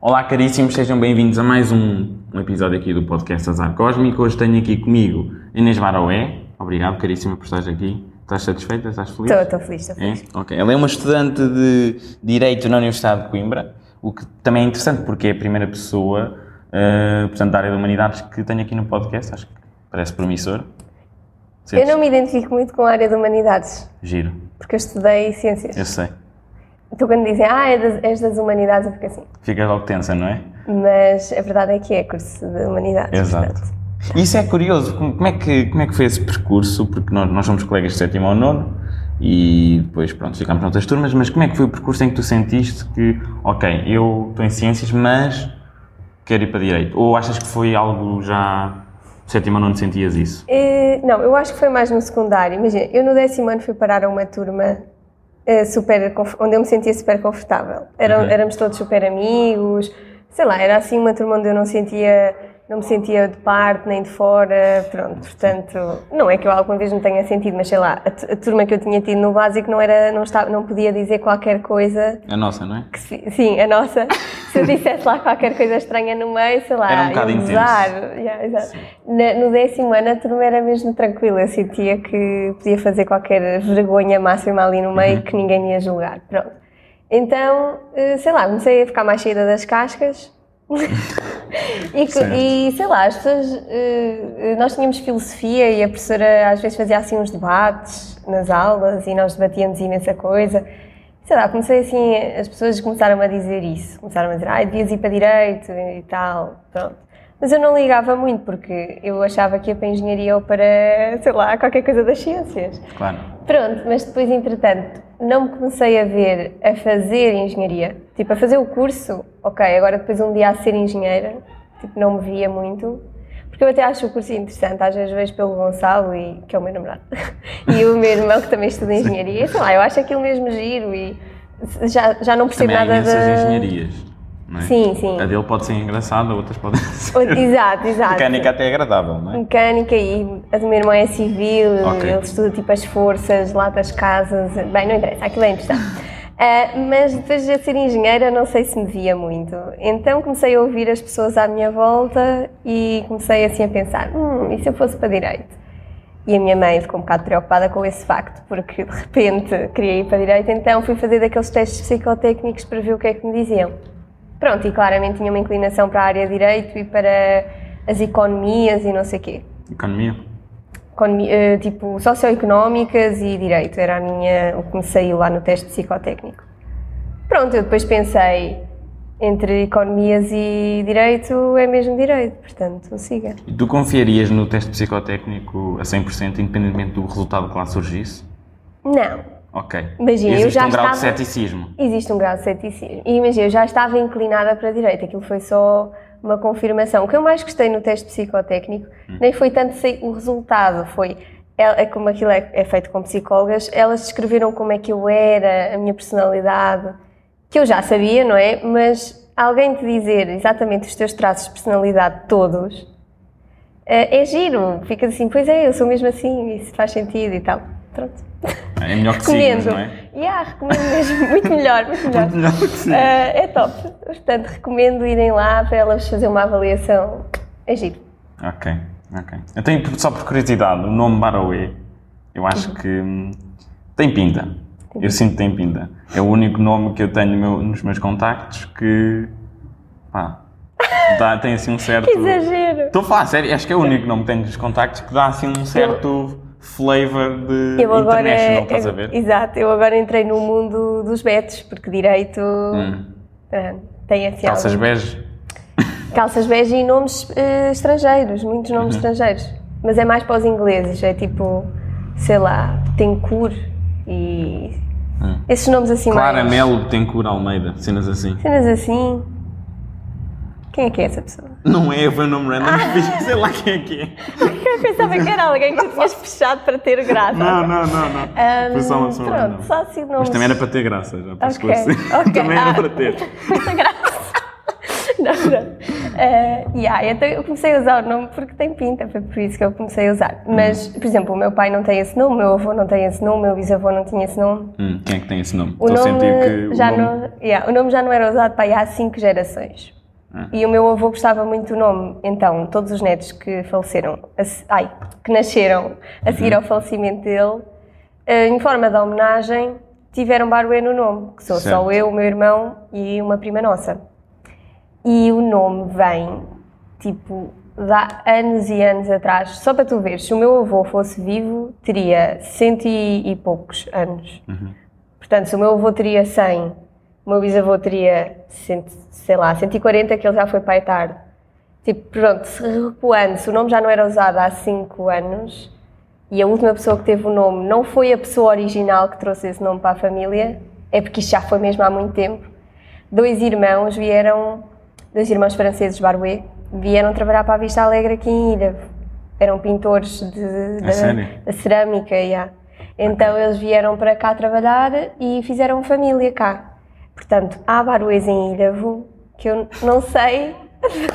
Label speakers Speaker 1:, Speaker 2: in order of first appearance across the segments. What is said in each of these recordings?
Speaker 1: Olá, caríssimos, sejam bem-vindos a mais um, um episódio aqui do podcast Azar Cósmico. Hoje tenho aqui comigo Inês Baraué. Obrigado, caríssima, por estares aqui. Estás satisfeita? Estás feliz?
Speaker 2: Estou, estou feliz, estou
Speaker 1: É?
Speaker 2: feliz.
Speaker 1: Ok. Ela é uma estudante de Direito na Universidade de Coimbra, o que também é interessante porque é a primeira pessoa, eh, portanto, da área de Humanidades que tenho aqui no podcast. Acho que parece promissor.
Speaker 2: Eu
Speaker 1: Sentes?
Speaker 2: não me identifico muito com a área de humanidades,
Speaker 1: Giro.
Speaker 2: porque eu estudei ciências.
Speaker 1: Eu sei.
Speaker 2: Então quando dizem, ah, é das- és das humanidades, eu fico assim.
Speaker 1: Ficas logo tensa, não é?
Speaker 2: Mas a verdade é que é curso de humanidades.
Speaker 1: Exato.
Speaker 2: portanto.
Speaker 1: Isso é curioso, como como é que, como é que foi esse percurso? Porque nós, nós somos colegas de sétimo ao nono e depois, pronto, ficámos noutras turmas, mas como é que foi o percurso em que tu sentiste que, ok, eu estou em ciências, mas quero ir para direito? Ou achas que foi algo já. sétimo ao nono sentias isso?
Speaker 2: Eh, não, eu acho que foi mais no secundário. Imagina, eu no décimo ano fui parar a uma turma eh, super conf- onde eu me sentia super confortável. Eram-
Speaker 1: Uhum.
Speaker 2: Éramos todos super amigos, sei lá, era assim uma turma onde eu não sentia, não me sentia de parte nem de fora, pronto. Portanto, não é que eu alguma vez me tenha sentido, mas sei lá, a, tu- a turma que eu tinha tido no básico não era, não estava, não podia dizer qualquer coisa.
Speaker 1: A nossa, não é?
Speaker 2: que se- sim, a nossa. Se eu dissesse lá qualquer coisa estranha no meio, sei lá,
Speaker 1: Era um bocado
Speaker 2: ia
Speaker 1: intenso.
Speaker 2: gozar. Yeah, exato. Na- no décimo ano a turma era mesmo tranquila, eu sentia que podia fazer qualquer vergonha máxima ali no
Speaker 1: Uhum.
Speaker 2: meio que ninguém ia julgar. Pronto. Então, eh, sei lá, comecei a ficar mais saída das cascas. E, co-
Speaker 1: Certo.
Speaker 2: e, sei lá, as pessoas. eh, nós tínhamos filosofia e a professora às vezes fazia assim uns debates nas aulas e nós debatíamos imensa coisa. Sei lá, comecei assim, as pessoas começaram a dizer isso. Começaram a dizer, ai, devias ir para direito e tal, pronto. Mas eu não ligava muito porque eu achava que ia para a engenharia ou para, sei lá, qualquer coisa das ciências.
Speaker 1: Claro.
Speaker 2: Pronto, mas depois, entretanto, não me comecei a ver a fazer engenharia. Tipo, a fazer o curso, ok, agora depois um dia a ser engenheira, tipo, não me via muito. Porque eu até acho o curso interessante, às vezes vejo pelo Gonçalo, e, que é o meu namorado, e o meu irmão que também estuda engenharia, e sei lá, eu acho aquilo mesmo giro e se- já, já não percebo
Speaker 1: Também há
Speaker 2: nada
Speaker 1: imensas
Speaker 2: da...
Speaker 1: engenharias. Não é?
Speaker 2: Sim, sim.
Speaker 1: A dele pode ser engraçada, outras podem ser.
Speaker 2: O- Exato, exato.
Speaker 1: Mecânica até é agradável, não é?
Speaker 2: mecânica e a do meu irmão é civil,
Speaker 1: Ok.
Speaker 2: ele estuda tipo as forças lá das casas, bem, não interessa, aquilo é interessante. Ah, mas depois de ser engenheira não sei se me via muito, então comecei a ouvir as pessoas à minha volta e comecei assim a pensar, hum, e se eu fosse para Direito? E a minha mãe ficou um bocado preocupada com esse facto, porque de repente queria ir para Direito, então fui fazer daqueles testes psicotécnicos para ver o que é que me diziam. Pronto, e claramente tinha uma inclinação para a área de direito e para as economias e não sei quê.
Speaker 1: Economia.
Speaker 2: Economi- eh, tipo, socioeconómicas e direito, era a minha, o que me saiu lá no teste psicotécnico. Pronto, eu depois pensei, entre economias e direito é mesmo direito, portanto, siga.
Speaker 1: E tu confiarias no teste psicotécnico a 100%, independentemente do resultado que lá surgisse?
Speaker 2: Não,
Speaker 1: Ok.
Speaker 2: Imagina, eu
Speaker 1: Existe
Speaker 2: já
Speaker 1: um grau de
Speaker 2: estava-
Speaker 1: ceticismo.
Speaker 2: Existe um grau de ceticismo. E imagina, eu já estava inclinada para a direita, aquilo foi só uma confirmação. O que eu mais gostei no teste psicotécnico
Speaker 1: Hum.
Speaker 2: nem foi tanto se- o resultado, foi el- é como aquilo é, é feito com psicólogas, elas descreveram como é que eu era, a minha personalidade, que eu já sabia, não é? Mas alguém te dizer exatamente os teus traços de personalidade todos eh, é giro, ficas assim, pois é, eu sou mesmo assim, isso faz sentido e tal. Pronto.
Speaker 1: É melhor que signos,
Speaker 2: Recomendo.
Speaker 1: não é?
Speaker 2: Yeah, recomendo mesmo. Muito melhor, muito melhor.
Speaker 1: Melhor que signos.
Speaker 2: Ah, é top. Portanto, recomendo irem lá para elas fazer uma avaliação. É giro.
Speaker 1: Ok, ok. Eu tenho, por- só por curiosidade, o nome Baroé, eu acho
Speaker 2: Uhum.
Speaker 1: que hum, tem pinta. Eu sinto que tem pinta. É o único nome que eu tenho no meu- nos meus contactos que. pá. Dá, tem assim um certo.
Speaker 2: Que exagero.
Speaker 1: Estou a falar, a sério, acho que é o único nome que tenho nos contactos que dá assim um certo flavor de
Speaker 2: Eu agora.
Speaker 1: Eh,
Speaker 2: é-
Speaker 1: international, estás a ver?
Speaker 2: Exato, eu agora entrei no mundo dos betos, porque direito ah, tem assim.
Speaker 1: Hum. Calças
Speaker 2: algum-
Speaker 1: bege.
Speaker 2: Calças bege e nomes eh, estrangeiros, muitos
Speaker 1: Uhum.
Speaker 2: nomes estrangeiros. Mas é mais para os ingleses, é tipo, sei lá, Tencour e. Esses nomes assim
Speaker 1: Hum. Clara
Speaker 2: mais.
Speaker 1: Melo Betancourt Almeida, cenas assim.
Speaker 2: Cenas assim. Quem é que é essa pessoa?
Speaker 1: Não é, foi o nome random,
Speaker 2: Ah.
Speaker 1: mas sei lá quem é que é.
Speaker 2: Eu pensava que era alguém que tu tinhas fechado para ter graça.
Speaker 1: Não, não, não, não.
Speaker 2: Ahm,
Speaker 1: foi só uma pessoa random.
Speaker 2: Pronto, só assim nomes.
Speaker 1: Mas assim. também era para ter graça, já para
Speaker 2: Ok, ah.
Speaker 1: esclarecer.
Speaker 2: ok.
Speaker 1: também era
Speaker 2: Ah.
Speaker 1: para ter.
Speaker 2: Graça. não, não. Eh, yeah, então eu comecei a usar o nome porque tem pinta, foi por isso que eu comecei a usar. Mas, por exemplo, o meu pai não tem esse nome, o meu avô não tem esse nome, o meu bisavô não tinha esse nome.
Speaker 1: Hum, quem é que tem esse nome?
Speaker 2: O
Speaker 1: Estou a
Speaker 2: nome,
Speaker 1: sentir que o
Speaker 2: já
Speaker 1: nome-
Speaker 2: Não, yeah, o nome já não era usado para aí há cinco gerações.
Speaker 1: Ah.
Speaker 2: E o meu avô gostava muito do nome, então todos os netos que faleceram, a se- ai, que nasceram a seguir
Speaker 1: Uhum.
Speaker 2: ao falecimento dele, eh, em forma de homenagem, tiveram Barué no nome, que sou
Speaker 1: Certo.
Speaker 2: só eu, o meu irmão e uma prima nossa. E o nome vem, tipo, de há anos e anos atrás, só para tu veres, se o meu avô fosse vivo, teria cento e e poucos anos. Portanto, se o meu avô teria 100, o meu bisavô teria, cento- sei lá, 140, que ele já foi pai tarde. Tipo, pronto, se recuando, se o nome já não era usado há 5 anos e a última pessoa que teve o nome não foi a pessoa original que trouxe esse nome para a família, é porque isto já foi mesmo há muito tempo. Dois irmãos vieram, dois irmãos franceses, Baruet, vieram trabalhar para a Vista Alegre aqui em Ilha. Eram pintores de, da-
Speaker 1: sério?
Speaker 2: da cerâmica, yeah. Então eles vieram para cá trabalhar e fizeram família cá. Portanto, há baruês em Ilhavo que eu não sei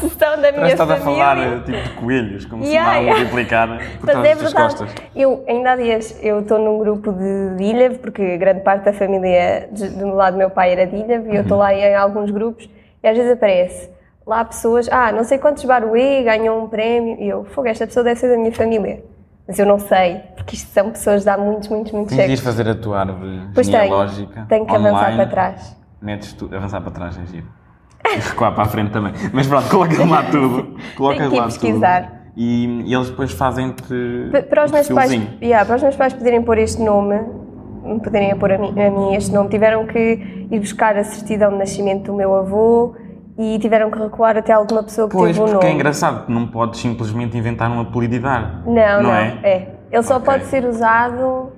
Speaker 2: se são da minha
Speaker 1: Parece que estás
Speaker 2: família.
Speaker 1: a falar eh, tipo de coelhos, como
Speaker 2: Yeah,
Speaker 1: se mal
Speaker 2: yeah.
Speaker 1: multiplicar eh, por
Speaker 2: Mas
Speaker 1: trás
Speaker 2: é
Speaker 1: das tuas
Speaker 2: verdade.
Speaker 1: costas.
Speaker 2: Eu ainda há dias eu estou num grupo de, de Ilhavo, porque grande parte da família de- do lado do meu pai era de Ilhavo, e eu
Speaker 1: Uhum.
Speaker 2: estou lá em alguns grupos, e às vezes aparece lá pessoas, ah, não sei quantos Baruê ganham um prémio, e eu, fogo, esta pessoa deve ser da minha família. Mas eu não sei, porque isto são pessoas de há muitos, muitos, muitos
Speaker 1: Tens de ir
Speaker 2: séculos.
Speaker 1: fazer a tua árvore
Speaker 2: Pois tenho.
Speaker 1: genealógica.
Speaker 2: Tenho que avançar
Speaker 1: online.
Speaker 2: para trás.
Speaker 1: Metes tu, avançar para trás, é giro. E recuar para a frente também. Mas pronto, coloca lá tudo. Coloca
Speaker 2: Tenho que ir
Speaker 1: lá
Speaker 2: pesquisar.
Speaker 1: tudo. E, e eles depois fazem-te.
Speaker 2: Pa- Para os,
Speaker 1: um
Speaker 2: meus pais, tipo,
Speaker 1: perfilzinho.
Speaker 2: yeah, para os meus pais poderem pôr este nome, me poderem pôr a mim, a mim este nome, tiveram que ir buscar a certidão de nascimento do meu avô e tiveram que recuar até alguma pessoa que
Speaker 1: Pois,
Speaker 2: teve o
Speaker 1: porque
Speaker 2: nome.
Speaker 1: é engraçado, que não podes simplesmente inventar um apelido e dar.
Speaker 2: Não, não, é?
Speaker 1: é?
Speaker 2: Ele só
Speaker 1: Ok.
Speaker 2: pode ser usado,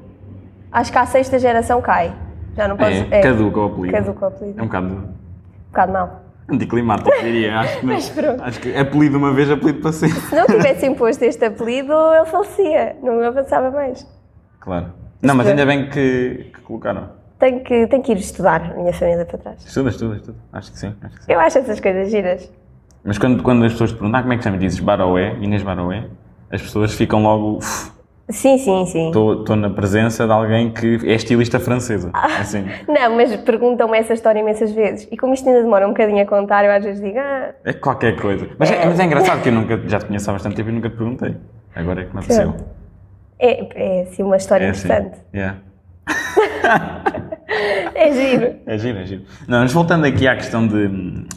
Speaker 2: acho que à sexta geração cai. Já não pode
Speaker 1: É, caduca o apelido.
Speaker 2: Caduca o apelido.
Speaker 1: É um bocado
Speaker 2: Um bocado mal.
Speaker 1: anticlimático, diria. Acho que, não-
Speaker 2: Mas pronto.
Speaker 1: acho que apelido uma vez, apelido para sempre.
Speaker 2: Se não tivesse imposto este apelido, ele falecia, não avançava mais.
Speaker 1: Claro. Não, mas
Speaker 2: é-
Speaker 1: ainda bem que, que colocaram.
Speaker 2: Tenho que, tenho que ir estudar a minha família para trás.
Speaker 1: Estuda, estuda, estuda. Acho que sim, acho que sim.
Speaker 2: Eu acho essas coisas giras.
Speaker 1: Mas quando, quando as pessoas te perguntam "Ah, como é que chama, dizes Baroé, Inês Baroé, as pessoas ficam logo,
Speaker 2: Sim, sim, sim.
Speaker 1: estou na presença de alguém que é estilista francesa. Assim,
Speaker 2: Não, mas perguntam-me essa história imensas vezes. E como isto ainda demora um bocadinho a contar, eu às vezes digo, ah,
Speaker 1: é qualquer coisa. Mas é, mas é engraçado que eu nunca, já te conheço há bastante tempo e nunca te perguntei. Agora é que me apeteceu.
Speaker 2: é, é assim uma história
Speaker 1: É assim.
Speaker 2: interessante.
Speaker 1: Yeah.
Speaker 2: É giro.
Speaker 1: É giro, é giro. Não, mas voltando aqui à questão de,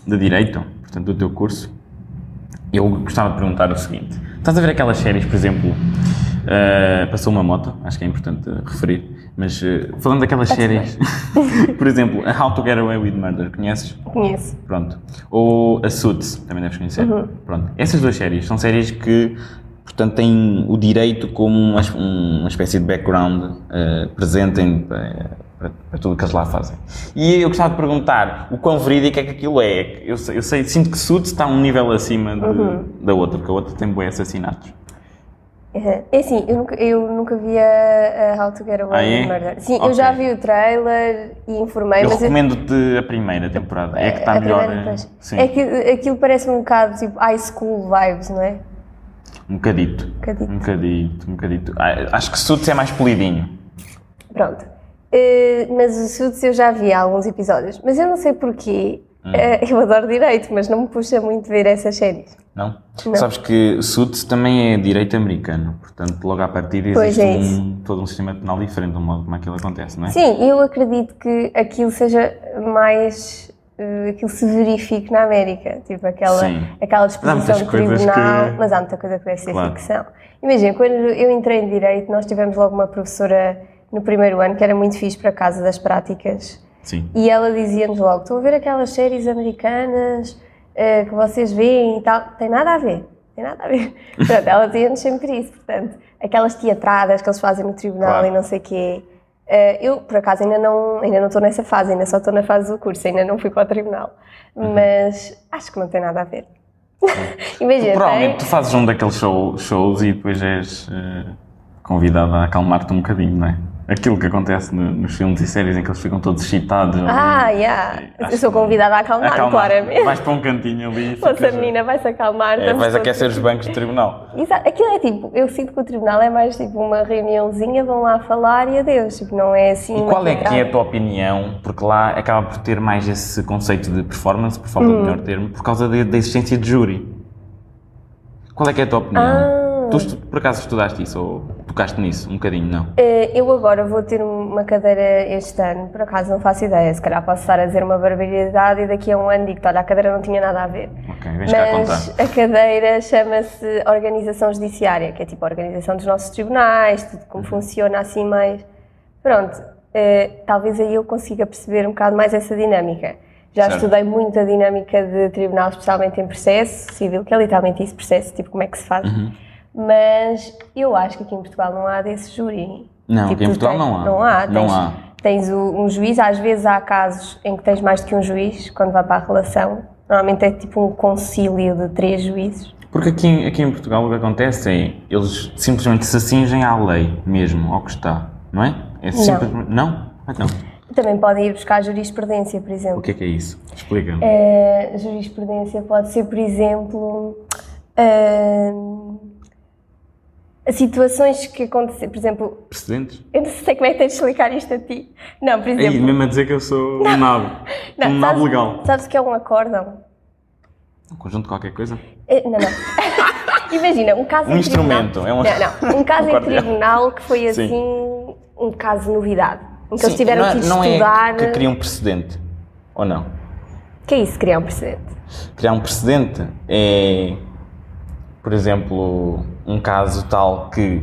Speaker 1: de direito, portanto, do teu curso, eu gostava de perguntar o seguinte: estás a ver aquelas séries, por exemplo, eh, passou uma moto, acho que é importante eh, referir, mas eh, falando daquelas séries, por exemplo, a How to Get Away with Murder, conheces?
Speaker 2: Conheço.
Speaker 1: Pronto. Ou a Suits, também deves conhecer. Pronto. Essas duas séries são séries que, portanto, têm o direito como uma, uma espécie de background eh, presente em- para, para- para tudo o que eles lá fazem. E eu gostava de perguntar o quão verídico é que aquilo é. Eu, sei- eu sei, sinto que Suits está um nível acima de- da outra, porque a outra tem bué assassinatos.
Speaker 2: Uhum. É assim, eu nunca, eu nunca vi a, a How to Get Away
Speaker 1: Ah, é?
Speaker 2: with Murder. Sim,
Speaker 1: Ok.
Speaker 2: eu já vi o trailer e informei,
Speaker 1: eu
Speaker 2: mas...
Speaker 1: recomendo-te a primeira temporada. É que está
Speaker 2: a
Speaker 1: melhor.
Speaker 2: primeira
Speaker 1: eh,
Speaker 2: vez.
Speaker 1: Sim,
Speaker 2: É que aquilo parece um bocado tipo high school vibes, não é?
Speaker 1: um bocadito.
Speaker 2: bocadito.
Speaker 1: Um bocadito, um bocadito. Ah, Acho que Suits é mais polidinho. Hum.
Speaker 2: Pronto. Eh, mas o Suits eu já vi há alguns episódios. Mas eu não sei porquê.
Speaker 1: Hum.
Speaker 2: Eh, eu adoro direito, mas não me puxa muito ver essas séries.
Speaker 1: Não?
Speaker 2: Não.
Speaker 1: Sabes que SUT também é direito americano, portanto, logo à partida
Speaker 2: Pois
Speaker 1: existe
Speaker 2: é
Speaker 1: um, todo um sistema penal diferente do modo como aquilo acontece, não é?
Speaker 2: Sim, eu acredito que aquilo seja mais. eh, aquilo se verifique na América. Tipo aquela,
Speaker 1: Sim.
Speaker 2: aquela
Speaker 1: há muitas
Speaker 2: disposição de
Speaker 1: coisas
Speaker 2: tribunal.
Speaker 1: que-
Speaker 2: Mas há muita coisa que deve ser
Speaker 1: Claro.
Speaker 2: ficção. Imagina, quando eu entrei em Direito, nós tivemos logo uma professora no primeiro ano que era muito fixe para casa das práticas.
Speaker 1: Sim.
Speaker 2: E ela dizia-nos logo: estão a ver aquelas séries americanas eh, que vocês veem e tal? Tem nada a ver. Tem nada a ver. Portanto, ela dizia-nos sempre isso. Portanto, aquelas teatradas que eles fazem no tribunal
Speaker 1: Claro.
Speaker 2: e não sei o quê. Eh, eu, por acaso, ainda não ainda não estou nessa fase, ainda só estou na fase do curso, ainda não fui para o tribunal.
Speaker 1: Uhum.
Speaker 2: Mas acho que não tem nada a ver. Imagina,
Speaker 1: Provavelmente
Speaker 2: tem,
Speaker 1: tu fazes um daqueles show- shows e depois és eh, convidada a acalmar-te um bocadinho, não é? aquilo que acontece no- nos filmes e séries em que eles ficam todos excitados.
Speaker 2: Ah, yeah.
Speaker 1: Acho
Speaker 2: Eu sou
Speaker 1: que-
Speaker 2: convidada a acalmar,
Speaker 1: Acalma,
Speaker 2: claramente.
Speaker 1: Vais para um cantinho ali e
Speaker 2: Pô, Essa
Speaker 1: ficas-
Speaker 2: menina vai-se acalmar.
Speaker 1: é,
Speaker 2: estamos
Speaker 1: vais
Speaker 2: todos- assim.
Speaker 1: aquecer os bancos do tribunal.
Speaker 2: Exato. Aquilo é tipo, eu sinto que o tribunal é mais tipo uma reuniãozinha, vão lá falar e adeus. Tipo, não é assim.
Speaker 1: E
Speaker 2: uma
Speaker 1: qual é que é a
Speaker 2: quebrada.
Speaker 1: tua opinião? Porque lá acaba por ter mais esse conceito de performance, por falta de
Speaker 2: Hum.
Speaker 1: melhor termo, por causa de- da existência de júri. Qual é que é a tua opinião?
Speaker 2: Ah.
Speaker 1: Tu estu- por acaso estudaste isso ou tocaste nisso um bocadinho, não?
Speaker 2: Eh, Eu agora vou ter um, uma cadeira este ano, por acaso não faço ideia, se calhar posso estar a dizer uma barbaridade e daqui a um ano digo-te, olha, a cadeira não tinha nada a ver.
Speaker 1: Ok, vens cá
Speaker 2: Mas
Speaker 1: contar.
Speaker 2: a cadeira chama-se Organização Judiciária, que é tipo a organização dos nossos tribunais, tudo
Speaker 1: Uhum.
Speaker 2: como funciona assim mais. Pronto, eh, talvez aí eu consiga perceber um bocado mais essa dinâmica. Já
Speaker 1: Certo.
Speaker 2: estudei muito a dinâmica de tribunal, especialmente em processo civil, que é literalmente isso, processo, tipo como é que se faz.
Speaker 1: Uhum.
Speaker 2: Mas eu acho que aqui em Portugal não há desse júri.
Speaker 1: Não,
Speaker 2: Tipo,
Speaker 1: aqui em
Speaker 2: tu
Speaker 1: Portugal
Speaker 2: tens-
Speaker 1: não há.
Speaker 2: Não há.
Speaker 1: Não
Speaker 2: tens,
Speaker 1: há.
Speaker 2: Tens o- um juiz, às vezes há casos em que tens mais do que um juiz, quando vai para a relação. Normalmente é tipo um concílio de três juízes.
Speaker 1: Porque aqui, em- aqui em Portugal o que acontece é eles simplesmente se cingem à lei mesmo, ao que está, não é? é simplesmente- não? Ah, não.
Speaker 2: Também podem ir buscar jurisprudência, por exemplo.
Speaker 1: O que é que é isso? Explica-me.
Speaker 2: Eh, jurisprudência pode ser, por exemplo, eh, situações que acontecem, por exemplo,
Speaker 1: Precedentes?
Speaker 2: eu não sei como é que tens de explicar isto a ti. Não, por
Speaker 1: Aí,
Speaker 2: exemplo,
Speaker 1: mesmo a dizer que eu sou um nabo.
Speaker 2: não,
Speaker 1: um nabo legal.
Speaker 2: sabes o que é um acórdão?
Speaker 1: Um conjunto de qualquer coisa?
Speaker 2: Eh, Não, não. Imagina, um caso
Speaker 1: Um
Speaker 2: em tribunal.
Speaker 1: instrumento, é um-
Speaker 2: Não, não. Um caso
Speaker 1: Um
Speaker 2: em
Speaker 1: quartel.
Speaker 2: tribunal que foi
Speaker 1: Sim.
Speaker 2: assim, um caso de novidade. Em que eles
Speaker 1: Sim,
Speaker 2: tiveram
Speaker 1: não é-
Speaker 2: que ir
Speaker 1: não
Speaker 2: estudar. eh,
Speaker 1: É que cria um precedente. Ou não?
Speaker 2: Que é isso, criar um precedente?
Speaker 1: Criar um precedente é, por exemplo, um caso tal que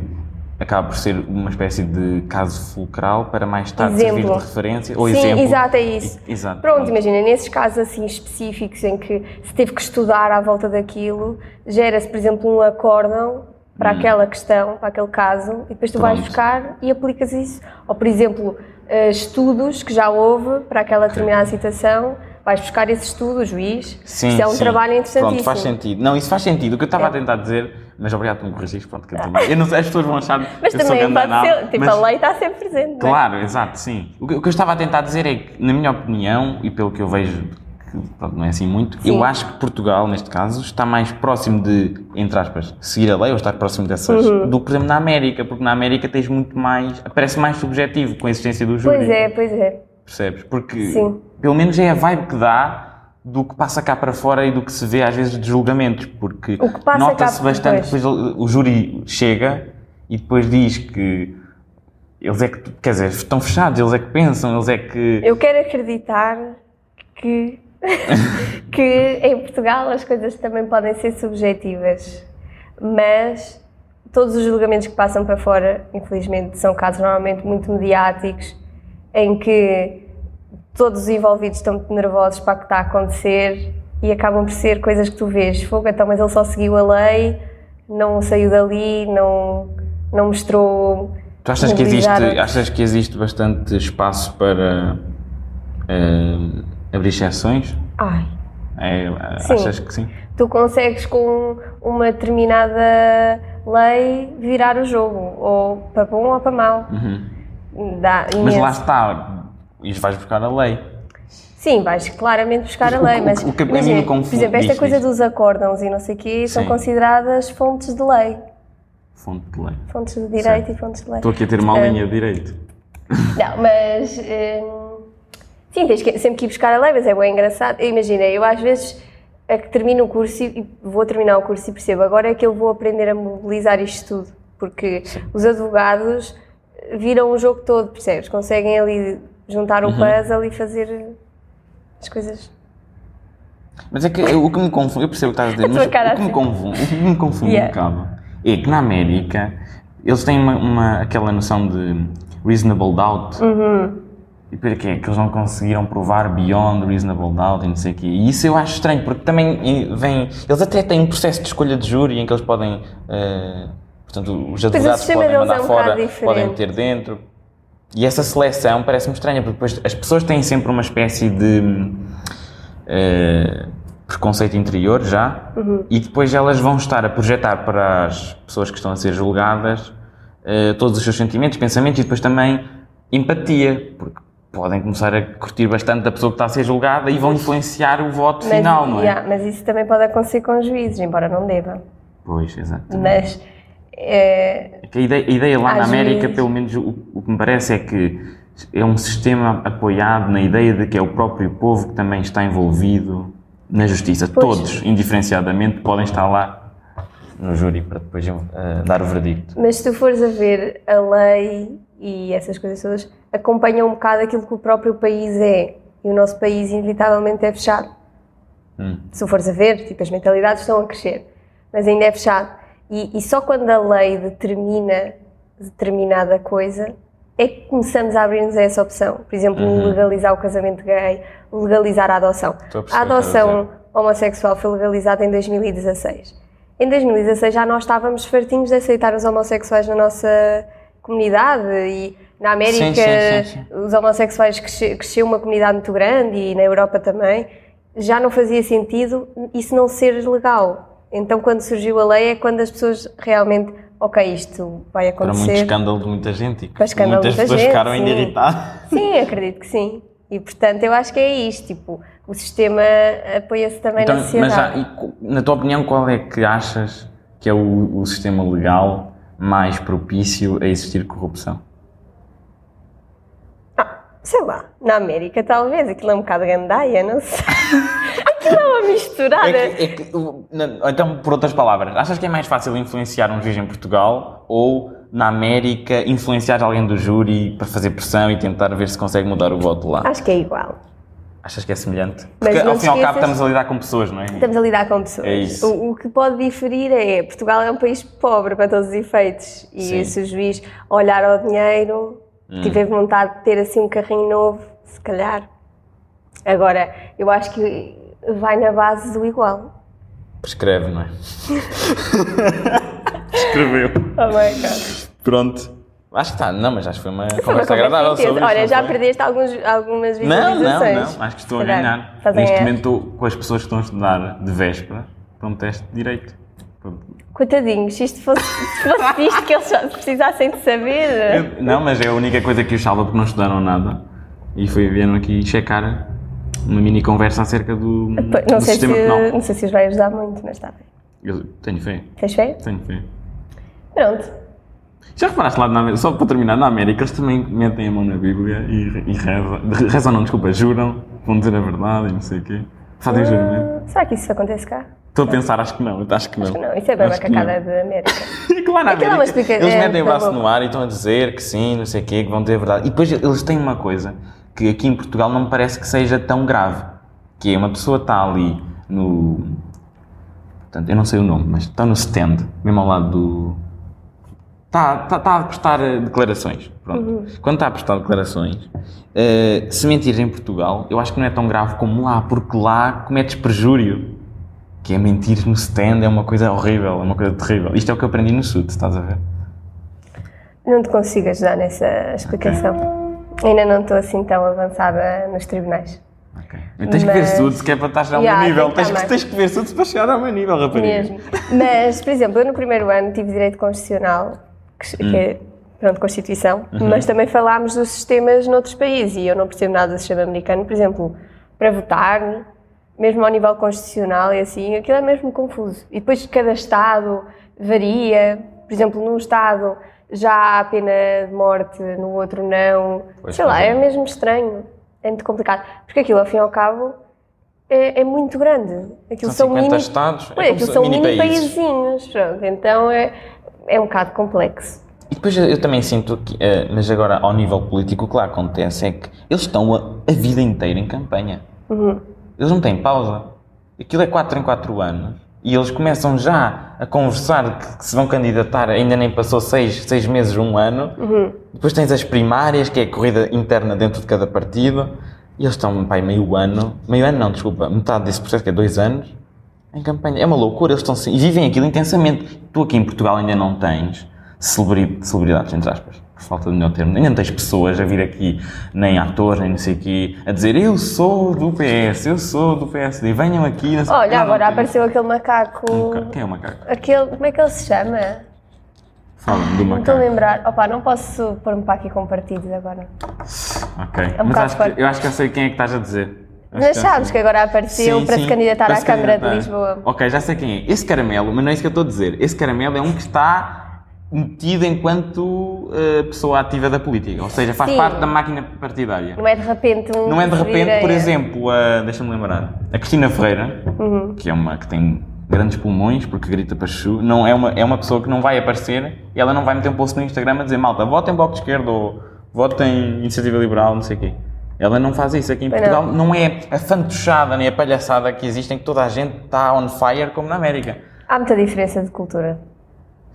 Speaker 1: acaba por ser uma espécie de caso fulcral para mais tarde servir
Speaker 2: Exemplo.
Speaker 1: de referência ou
Speaker 2: Sim,
Speaker 1: exemplo.
Speaker 2: exato, é isso.
Speaker 1: E- exato.
Speaker 2: Pronto, imagina, nesses casos assim específicos em que se teve que estudar à volta daquilo, gera-se, por exemplo, um acórdão para aquela questão, para aquele caso, e depois tu vais
Speaker 1: Hum. Pronto.
Speaker 2: buscar e aplicas isso. Ou, por exemplo, eh, estudos que já houve para aquela determinada situação, vais buscar esse estudo, o juiz.
Speaker 1: Sim,
Speaker 2: isso é um
Speaker 1: sim.
Speaker 2: trabalho interessantíssimo. É.
Speaker 1: Pronto, faz sentido. Não, isso faz sentido. O que eu estava a tentar dizer, mas obrigado por me corrigir, pronto, que eu também. Eu não sei, as pessoas vão achar
Speaker 2: Mas
Speaker 1: eu sou
Speaker 2: também
Speaker 1: grande
Speaker 2: pode
Speaker 1: nabo,
Speaker 2: ser, tipo,
Speaker 1: mas-
Speaker 2: a lei está sempre presente. não é?
Speaker 1: Claro, exato, sim. O que, o que eu estava a tentar dizer é que, na minha opinião, e pelo que eu vejo, que pronto, não é assim muito,
Speaker 2: Sim.
Speaker 1: eu acho que Portugal, neste caso, está mais próximo de, entre aspas, seguir a lei ou estar próximo dessas,
Speaker 2: Uhum.
Speaker 1: do que, por exemplo, na América, porque na América tens muito mais, parece mais subjetivo com a existência do júri.
Speaker 2: Pois é, pois é.
Speaker 1: Percebes? Porque,
Speaker 2: Sim.
Speaker 1: pelo menos é a vibe que dá do que passa cá para fora e do que se vê às vezes de julgamentos, porque
Speaker 2: O que passa cá
Speaker 1: nota-se
Speaker 2: para
Speaker 1: bastante que depois o júri chega e depois diz que eles é que, quer dizer, estão fechados, eles é que pensam, eles é que.
Speaker 2: Eu quero acreditar que, que em Portugal as coisas também podem ser subjetivas, mas todos os julgamentos que passam para fora, infelizmente, são casos normalmente muito mediáticos em que todos os envolvidos estão muito nervosos para o que está a acontecer e acabam por ser coisas que tu vês. Fogo, então, mas ele só seguiu a lei, não saiu dali, não, não mostrou.
Speaker 1: Tu achas que, existe,
Speaker 2: mobilizar outros.
Speaker 1: achas que existe bastante espaço para eh, abrir exceções?
Speaker 2: Ai,
Speaker 1: É,
Speaker 2: Sim.
Speaker 1: achas que sim?
Speaker 2: tu consegues com uma determinada lei virar o jogo, ou para bom ou para mau. Dá
Speaker 1: Uhum. Mas
Speaker 2: imenso.
Speaker 1: lá está, isso vais buscar a lei.
Speaker 2: Sim, vais claramente buscar a
Speaker 1: O-
Speaker 2: lei,
Speaker 1: o-
Speaker 2: mas
Speaker 1: o que a mim me
Speaker 2: imagina, por
Speaker 1: confunde-
Speaker 2: exemplo, esta
Speaker 1: diz,
Speaker 2: coisa
Speaker 1: diz.
Speaker 2: dos acórdãos e não sei o quê são
Speaker 1: Sim.
Speaker 2: consideradas fontes de lei,
Speaker 1: Fonte de lei.
Speaker 2: fontes de direito e fontes de lei.
Speaker 1: Estou aqui a ter uma
Speaker 2: Eh,
Speaker 1: aulinha de direito.
Speaker 2: Não, mas. hum, sim, tens que, sempre que ir buscar a lei, mas é bem engraçado. Imagina, eu às vezes é que termino o curso e e vou terminar o curso e percebo agora é que eu vou aprender a mobilizar isto tudo, porque os advogados viram o jogo todo, percebes? Conseguem ali juntar
Speaker 1: Uhum.
Speaker 2: o puzzle e fazer as coisas.
Speaker 1: Mas é que eu- o que me confunde, eu percebo o que estás a dizer,
Speaker 2: tua
Speaker 1: mas o
Speaker 2: cara
Speaker 1: que me
Speaker 2: assim.
Speaker 1: confunde, o que me confunde
Speaker 2: Yeah.
Speaker 1: um bocado é que na América eles têm uma, uma- aquela noção de reasonable doubt.
Speaker 2: Uhum.
Speaker 1: E para quê? Que eles não conseguiram provar beyond reasonable doubt e não sei o quê. E isso eu acho estranho, porque também eh, vem. Eles até têm um processo de escolha de júri em que eles podem. eh, portanto, os advogados
Speaker 2: sistema
Speaker 1: podem
Speaker 2: deles
Speaker 1: mandar
Speaker 2: é um
Speaker 1: fora,
Speaker 2: bocado diferente.
Speaker 1: podem meter dentro. E essa seleção parece-me estranha, porque depois as pessoas têm sempre uma espécie de hum, eh, preconceito interior já, e depois elas vão estar a projetar para as pessoas que estão a ser julgadas eh, todos os seus sentimentos, pensamentos, e depois também empatia, porque podem começar a curtir bastante da pessoa que está a ser julgada e vão influenciar o voto
Speaker 2: Mas,
Speaker 1: final, não é?
Speaker 2: yeah, mas isso também pode acontecer com juízes, embora não deva.
Speaker 1: Pois, exato.
Speaker 2: Mas eh,
Speaker 1: É que A ideia, a ideia lá na
Speaker 2: Às
Speaker 1: América,
Speaker 2: vezes-
Speaker 1: pelo menos o, o que me parece é que é um sistema apoiado na ideia de que é o próprio povo que também está envolvido na justiça.
Speaker 2: Pois.
Speaker 1: Todos, indiferenciadamente, podem estar lá no júri para depois eh, dar o verdicto.
Speaker 2: mas se tu fores a ver a lei e essas coisas todas, acompanham um bocado aquilo que o próprio país é. E o nosso país, inevitavelmente, é fechado.
Speaker 1: Hum.
Speaker 2: se fores a ver, tipo, as mentalidades estão a crescer, mas ainda é fechado. E, e só quando a lei determina determinada coisa é que começamos a abrir-nos a essa opção. Por exemplo, legalizar o casamento gay, legalizar a adoção.
Speaker 1: Estou a perceber o
Speaker 2: A
Speaker 1: que estás a
Speaker 2: adoção homossexual foi legalizada em 2016. Em 2016 já nós estávamos fartinhos de aceitar os homossexuais na nossa comunidade e na América
Speaker 1: Sim, sim, sim, sim.
Speaker 2: os homossexuais cresce- cresceu uma comunidade muito grande e na Europa também, já não fazia sentido isso não ser legal. Então, quando surgiu a lei, é quando as pessoas realmente, ok, isto vai
Speaker 1: Para muito
Speaker 2: acontecer.
Speaker 1: escândalo de muita gente e
Speaker 2: Para
Speaker 1: que
Speaker 2: escândalo de
Speaker 1: muitas
Speaker 2: muita
Speaker 1: pessoas
Speaker 2: gente,
Speaker 1: ficaram
Speaker 2: sim.
Speaker 1: ainda irritadas.
Speaker 2: Sim, acredito que sim. E portanto, eu acho que é isto. Tipo, o sistema apoia-se também
Speaker 1: Então,
Speaker 2: na
Speaker 1: mas
Speaker 2: sociedade.
Speaker 1: há- e co- na tua opinião, qual é que achas que é o, o sistema legal mais propício a existir corrupção?
Speaker 2: Sei lá, na América talvez, aquilo é um bocado gandaia, não sei. aquilo é uma misturada.
Speaker 1: É que- é que, o- na- ou então, por outras palavras, achas que é mais fácil influenciar um juiz em Portugal ou na América influenciar alguém do júri para fazer pressão e tentar ver se consegue mudar o voto lá?
Speaker 2: Acho que é igual.
Speaker 1: Achas que é semelhante?
Speaker 2: Mas
Speaker 1: Porque
Speaker 2: não
Speaker 1: ao
Speaker 2: te
Speaker 1: fim e ao cabo
Speaker 2: esqueças-
Speaker 1: estamos a lidar com pessoas, não é?
Speaker 2: Estamos a lidar com pessoas.
Speaker 1: É isso.
Speaker 2: O, o que pode diferir é Portugal é um país pobre para todos os efeitos. E
Speaker 1: Sim. Hum.
Speaker 2: se o juiz olhar ao dinheiro, tiver vontade de ter assim um carrinho novo, se calhar. Agora, eu acho que vai na base do igual.
Speaker 1: Prescreve, não é? Prescreveu.
Speaker 2: Oh my
Speaker 1: é
Speaker 2: God.
Speaker 1: Pronto. Acho que está. Não, mas acho que foi uma
Speaker 2: Foi é uma
Speaker 1: conversa agradável
Speaker 2: intensa.
Speaker 1: sobre
Speaker 2: Olha,
Speaker 1: isto,
Speaker 2: já
Speaker 1: não foi?
Speaker 2: perdeste alguns, algumas
Speaker 1: Não,
Speaker 2: visualizações.
Speaker 1: não, não. Acho que estou a
Speaker 2: Se calhar. é.
Speaker 1: ganhar.
Speaker 2: Estás a
Speaker 1: Neste
Speaker 2: ganhar.
Speaker 1: momento estou com as pessoas que estão a estudar de véspera para um teste de direito.
Speaker 2: Coitadinhos, se isto fosse, se fosse isto que eles só precisassem de saber.
Speaker 1: Eu- não, mas é a única coisa que os salva porque não estudaram nada. E foi, vieram aqui checar uma mini conversa acerca do,
Speaker 2: Pois, Então, Não
Speaker 1: do
Speaker 2: sei, se,
Speaker 1: sistema penal.
Speaker 2: não sei se os vai ajudar muito, mas está bem.
Speaker 1: Eu tenho fé,
Speaker 2: Tens fé?
Speaker 1: tenho fé.
Speaker 2: Pronto.
Speaker 1: Já reparaste lá na América, só para terminar, na América eles também metem a mão na Bíblia e, e rezam, rezam não, desculpa, juram, vão dizer a verdade e não sei o quê. Fazem juramento.
Speaker 2: Ah, Será que isso acontece cá?
Speaker 1: Estou a pensar, acho que não, acho que não.
Speaker 2: Acho que não, isso é bem uma
Speaker 1: Acho que não.
Speaker 2: cacada de América.
Speaker 1: E que lá na
Speaker 2: Aquilo é uma
Speaker 1: América,
Speaker 2: explica-
Speaker 1: Eles
Speaker 2: é,
Speaker 1: metem o
Speaker 2: tá
Speaker 1: braço
Speaker 2: bom.
Speaker 1: no ar e estão a dizer que sim, não sei o quê, que vão dizer a verdade. E depois eles têm uma coisa que aqui em Portugal não me parece que seja tão grave, que é uma pessoa está ali no... Portanto, eu não sei o nome, mas está no stand, mesmo ao lado do... Está, está, está a prestar eh, declarações, pronto.
Speaker 2: Uhum.
Speaker 1: Quando está a prestar declarações, eh, se mentir em Portugal, eu acho que não é tão grave como lá, porque lá cometes perjúrio que é mentir no stand, é uma coisa horrível, é uma coisa terrível. Isto é o que eu aprendi no SUD, estás a ver?
Speaker 2: Não te consigo ajudar nessa explicação. Ainda não estou assim tão avançada nos tribunais.
Speaker 1: Ok. Tens que ver
Speaker 2: Mas-
Speaker 1: SUD, que é para estar ao
Speaker 2: Yeah,
Speaker 1: meu nível.
Speaker 2: tem que
Speaker 1: Tens que,
Speaker 2: estar
Speaker 1: tens que ver SUD para chegar ao meu nível, rapariga.
Speaker 2: Mesmo. Mas, por exemplo, eu no primeiro ano tive direito constitucional, que, que
Speaker 1: Hum.
Speaker 2: é, pronto, Constituição,
Speaker 1: Uhum.
Speaker 2: mas também falámos dos sistemas noutros países e eu não percebo nada do sistema americano, por exemplo, para votar, mesmo ao nível constitucional e assim, aquilo é mesmo confuso. E depois cada Estado varia, por exemplo, num Estado já há pena de morte, no outro não.
Speaker 1: Pois,
Speaker 2: Sei lá,
Speaker 1: pois é.
Speaker 2: é mesmo estranho, é muito complicado. Porque aquilo, ao fim e ao cabo, é, é muito grande. Aquilo
Speaker 1: São
Speaker 2: são,
Speaker 1: 50
Speaker 2: mini...
Speaker 1: estados, é
Speaker 2: Pois,
Speaker 1: como
Speaker 2: aquilo
Speaker 1: se-
Speaker 2: são
Speaker 1: mini
Speaker 2: mini
Speaker 1: países.
Speaker 2: paísinhos. Pronto, então é, é um bocado complexo.
Speaker 1: E depois eu eu também sinto que, eh, mas agora ao nível político, o que lá acontece é que eles estão a, a vida inteira em campanha.
Speaker 2: Uhum.
Speaker 1: Eles não têm pausa. Aquilo é 4 em 4 anos e eles começam já a conversar que, que se vão candidatar, ainda nem passou 6 seis, meses, um ano.
Speaker 2: Uhum.
Speaker 1: Depois tens as primárias, que é a corrida interna dentro de cada partido. E eles estão, pai, meio ano, meio ano não, desculpa, metade desse processo, que é dois anos, em campanha. É uma loucura, eles estão se- e vivem aquilo intensamente. Tu aqui em Portugal ainda não tens celebri- celebridades, entre aspas, por falta de melhor termo. Ainda não tens pessoas a vir aqui, nem atores, nem não sei o quê, a dizer eu sou do PS, eu sou do PSD, venham aqui. não é sei-
Speaker 2: Olha,
Speaker 1: não,
Speaker 2: agora
Speaker 1: não tens. um
Speaker 2: apareceu aquele macaco.
Speaker 1: Quem é o macaco?
Speaker 2: Aquele, como é que ele se chama?
Speaker 1: Falem do Um
Speaker 2: Não estou a
Speaker 1: macaco.
Speaker 2: lembrar. Opa, não posso pôr-me para aqui com partidos agora.
Speaker 1: Ok.
Speaker 2: É um
Speaker 1: Mas
Speaker 2: bocado
Speaker 1: acho
Speaker 2: forte.
Speaker 1: que, eu acho que eu sei quem é que estás a dizer. Acho
Speaker 2: Mas
Speaker 1: eu
Speaker 2: sabes
Speaker 1: sei.
Speaker 2: que agora apareceu
Speaker 1: Sim,
Speaker 2: para
Speaker 1: sim, é.
Speaker 2: se candidatar
Speaker 1: para
Speaker 2: à
Speaker 1: se
Speaker 2: Câmara de
Speaker 1: candidatar.
Speaker 2: Lisboa.
Speaker 1: Ok, já sei quem é. Esse caramelo, mas não é isso que eu estou a dizer. Esse caramelo é um que está metido enquanto eh, pessoa ativa da política, ou seja, faz
Speaker 2: Sim.
Speaker 1: parte da máquina partidária.
Speaker 2: Não é de repente um.
Speaker 1: Não é de repente,
Speaker 2: vireia.
Speaker 1: por exemplo, a, deixa-me lembrar, a Cristina Ferreira,
Speaker 2: Uhum.
Speaker 1: que é uma que tem grandes pulmões porque grita para chu, não é uma, é uma pessoa que não vai aparecer e ela não vai meter um post no Instagram a dizer malta, votem Bloco de Esquerda ou votem Iniciativa Liberal, não sei o quê. Ela não faz isso aqui em
Speaker 2: Pois
Speaker 1: Portugal, não. é a fantochada nem a palhaçada que existe em que toda a gente está on fire como na América.
Speaker 2: Há muita diferença de cultura.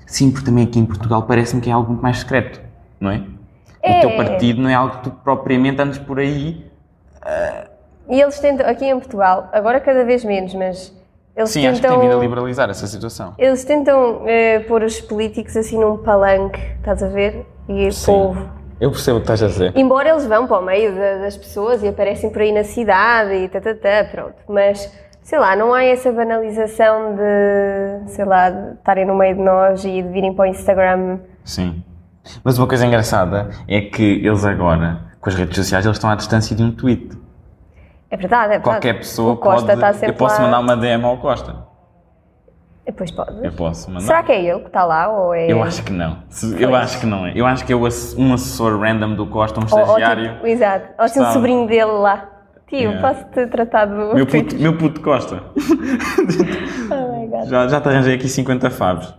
Speaker 1: Sim, porque também aqui em Portugal parece-me que é algo muito mais secreto, não é?
Speaker 2: É.
Speaker 1: O teu partido não é algo que tu propriamente andes por aí
Speaker 2: E eles tentam, aqui em Portugal, agora cada vez menos, mas eles
Speaker 1: Sim,
Speaker 2: tentam.
Speaker 1: acho que tem vindo a liberalizar essa situação.
Speaker 2: Eles tentam eh, pôr os políticos assim num palanque, estás a ver? E o
Speaker 1: Sim.
Speaker 2: povo.
Speaker 1: Eu percebo o que estás a dizer.
Speaker 2: Embora eles vão para o meio da- das pessoas e aparecem por aí na cidade e tatatá, pronto. Mas, sei lá, não há essa banalização de, sei lá, de estarem no meio de nós e de virem para o Instagram.
Speaker 1: Sim. Mas uma coisa engraçada é que eles agora, com as redes sociais, eles estão à distância de um tweet.
Speaker 2: É verdade, é verdade.
Speaker 1: Qualquer pessoa
Speaker 2: o Costa
Speaker 1: pode.
Speaker 2: Está sempre
Speaker 1: eu posso
Speaker 2: lá.
Speaker 1: mandar uma DM ao Costa.
Speaker 2: É, Pois pode.
Speaker 1: Eu posso mandar.
Speaker 2: Será que é ele que está lá ou é...
Speaker 1: Eu acho que não. Se- Eu
Speaker 2: Pois.
Speaker 1: acho que não é. Eu acho que é o ass- um assessor random do Costa, um
Speaker 2: Ou- ou
Speaker 1: estagiário.
Speaker 2: tipo- exato. Ou tem um
Speaker 1: Sabe?
Speaker 2: sobrinho dele lá. Tio,
Speaker 1: Yeah.
Speaker 2: posso-te tratar do...
Speaker 1: Meu puto, meu puto Costa.
Speaker 2: Oh my God.
Speaker 1: já, já te arranjei aqui 50 favos.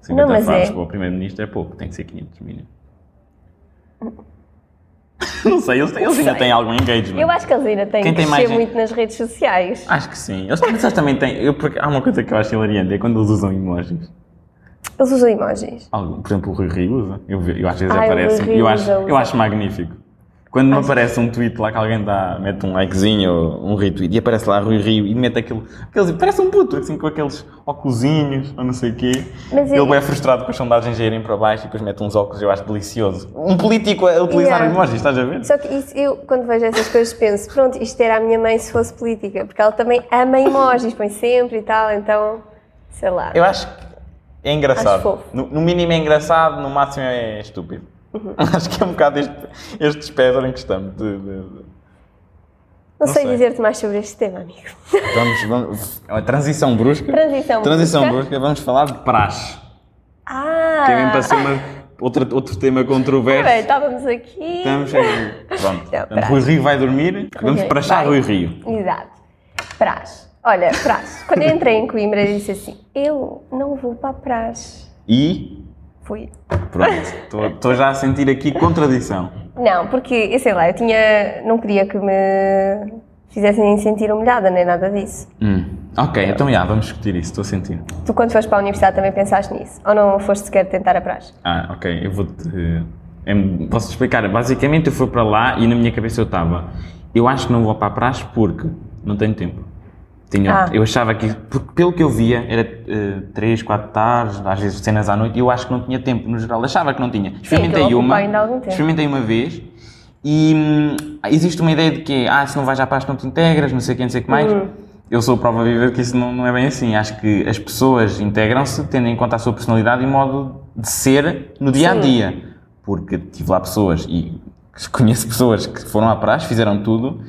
Speaker 1: 50
Speaker 2: mas
Speaker 1: favos
Speaker 2: é.
Speaker 1: para o primeiro-ministro é pouco, tem que ser 500 mínimo. Não sei, eles, têm- eles ainda
Speaker 2: sei.
Speaker 1: têm algum engagement.
Speaker 2: Eu acho que eles ainda têm
Speaker 1: Quem
Speaker 2: que
Speaker 1: tem mais
Speaker 2: crescer
Speaker 1: gente?
Speaker 2: muito nas redes sociais.
Speaker 1: Acho que sim. Eles, mas eles também têm. Eu, porque há uma coisa que eu acho hilariante, é quando eles usam emojis.
Speaker 2: Eles usam emojis.
Speaker 1: Algum- por exemplo, o Rui Rio usa. Eu, ve- eu às vezes
Speaker 2: Ai, o
Speaker 1: aparece.
Speaker 2: Rui Rio
Speaker 1: Eu acho,
Speaker 2: usa, usa.
Speaker 1: eu acho magnífico. Quando me aparece um tweet lá que alguém dá, mete um likezinho ou um retweet e aparece lá Rui Rio e mete aquele. aqueles parece um puto, assim, com aqueles óculosinhos ou não sei o quê.
Speaker 2: Mas
Speaker 1: Ele
Speaker 2: é-
Speaker 1: é frustrado com as sondagens a irem para baixo e depois mete uns óculos, eu acho delicioso. Um político a utilizar
Speaker 2: Yeah.
Speaker 1: emojis, estás a ver?
Speaker 2: Só que isso, eu, quando vejo essas coisas, penso: pronto, isto era a minha mãe se fosse política, porque ela também ama emojis, põe sempre e tal, então, sei lá.
Speaker 1: Eu acho que é
Speaker 2: Acho
Speaker 1: engraçado.
Speaker 2: fofo. Uhum.
Speaker 1: No, no mínimo é engraçado, no máximo é estúpido. acho que é um bocado este, este espectro em que estamos. de- de- de-
Speaker 2: não,
Speaker 1: não
Speaker 2: sei,
Speaker 1: sei.
Speaker 2: dizer-te mais sobre este tema, amigo.
Speaker 1: Vamos, vamos. é uma Transição brusca.
Speaker 2: Transição
Speaker 1: Transição
Speaker 2: brusca.
Speaker 1: brusca, vamos falar de praxe.
Speaker 2: Ah!
Speaker 1: Que é mesmo para ser uma- outra- outro tema
Speaker 2: Tá bem,
Speaker 1: controverso.
Speaker 2: estávamos aqui.
Speaker 1: Estamos em. Pronto. Portanto,
Speaker 2: É praxe.
Speaker 1: Rui Rio vai dormir. Vamos
Speaker 2: Rio,
Speaker 1: para chá
Speaker 2: vai.
Speaker 1: Rui Rio.
Speaker 2: Exato. Praz. Olha, Praz. quando eu entrei em Coimbra, eu disse assim: eu não vou para Praz.
Speaker 1: E.
Speaker 2: Fui.
Speaker 1: Pronto. Estou já a sentir aqui contradição.
Speaker 2: Não, porque, eu sei lá, eu tinha. Não queria que me fizessem sentir humilhada, nem nada disso.
Speaker 1: Hum. Ok, então já, vamos discutir isso. Estou a sentir.
Speaker 2: Tu, quando foste para a universidade, também pensaste nisso? Ou não foste sequer tentar a praxe?
Speaker 1: Ah, ok, eu vou-te. eh, em- Posso te explicar? Basicamente, eu fui para lá e na minha cabeça eu estava. Eu acho que não vou para a praxe porque não tenho tempo. Tinha,
Speaker 2: Ah.
Speaker 1: Eu achava que. Porque pelo que eu via, era 3, 4 tardes, às vezes cenas à noite, e eu acho que não tinha tempo, no geral. Achava que não tinha. Experimentei
Speaker 2: aquilo
Speaker 1: uma.
Speaker 2: ocupa ainda algum tempo.
Speaker 1: Experimentei uma vez e hum, existe uma ideia de que, ah, se não vais à praxe não te integras, não sei quem, não sei o que mais. Eu sou prova viva que isso não, não é bem assim. Acho que as pessoas integram-se tendo em conta a sua personalidade e modo de ser no dia a dia. Porque tive lá pessoas e conheço pessoas que foram à praxe, fizeram tudo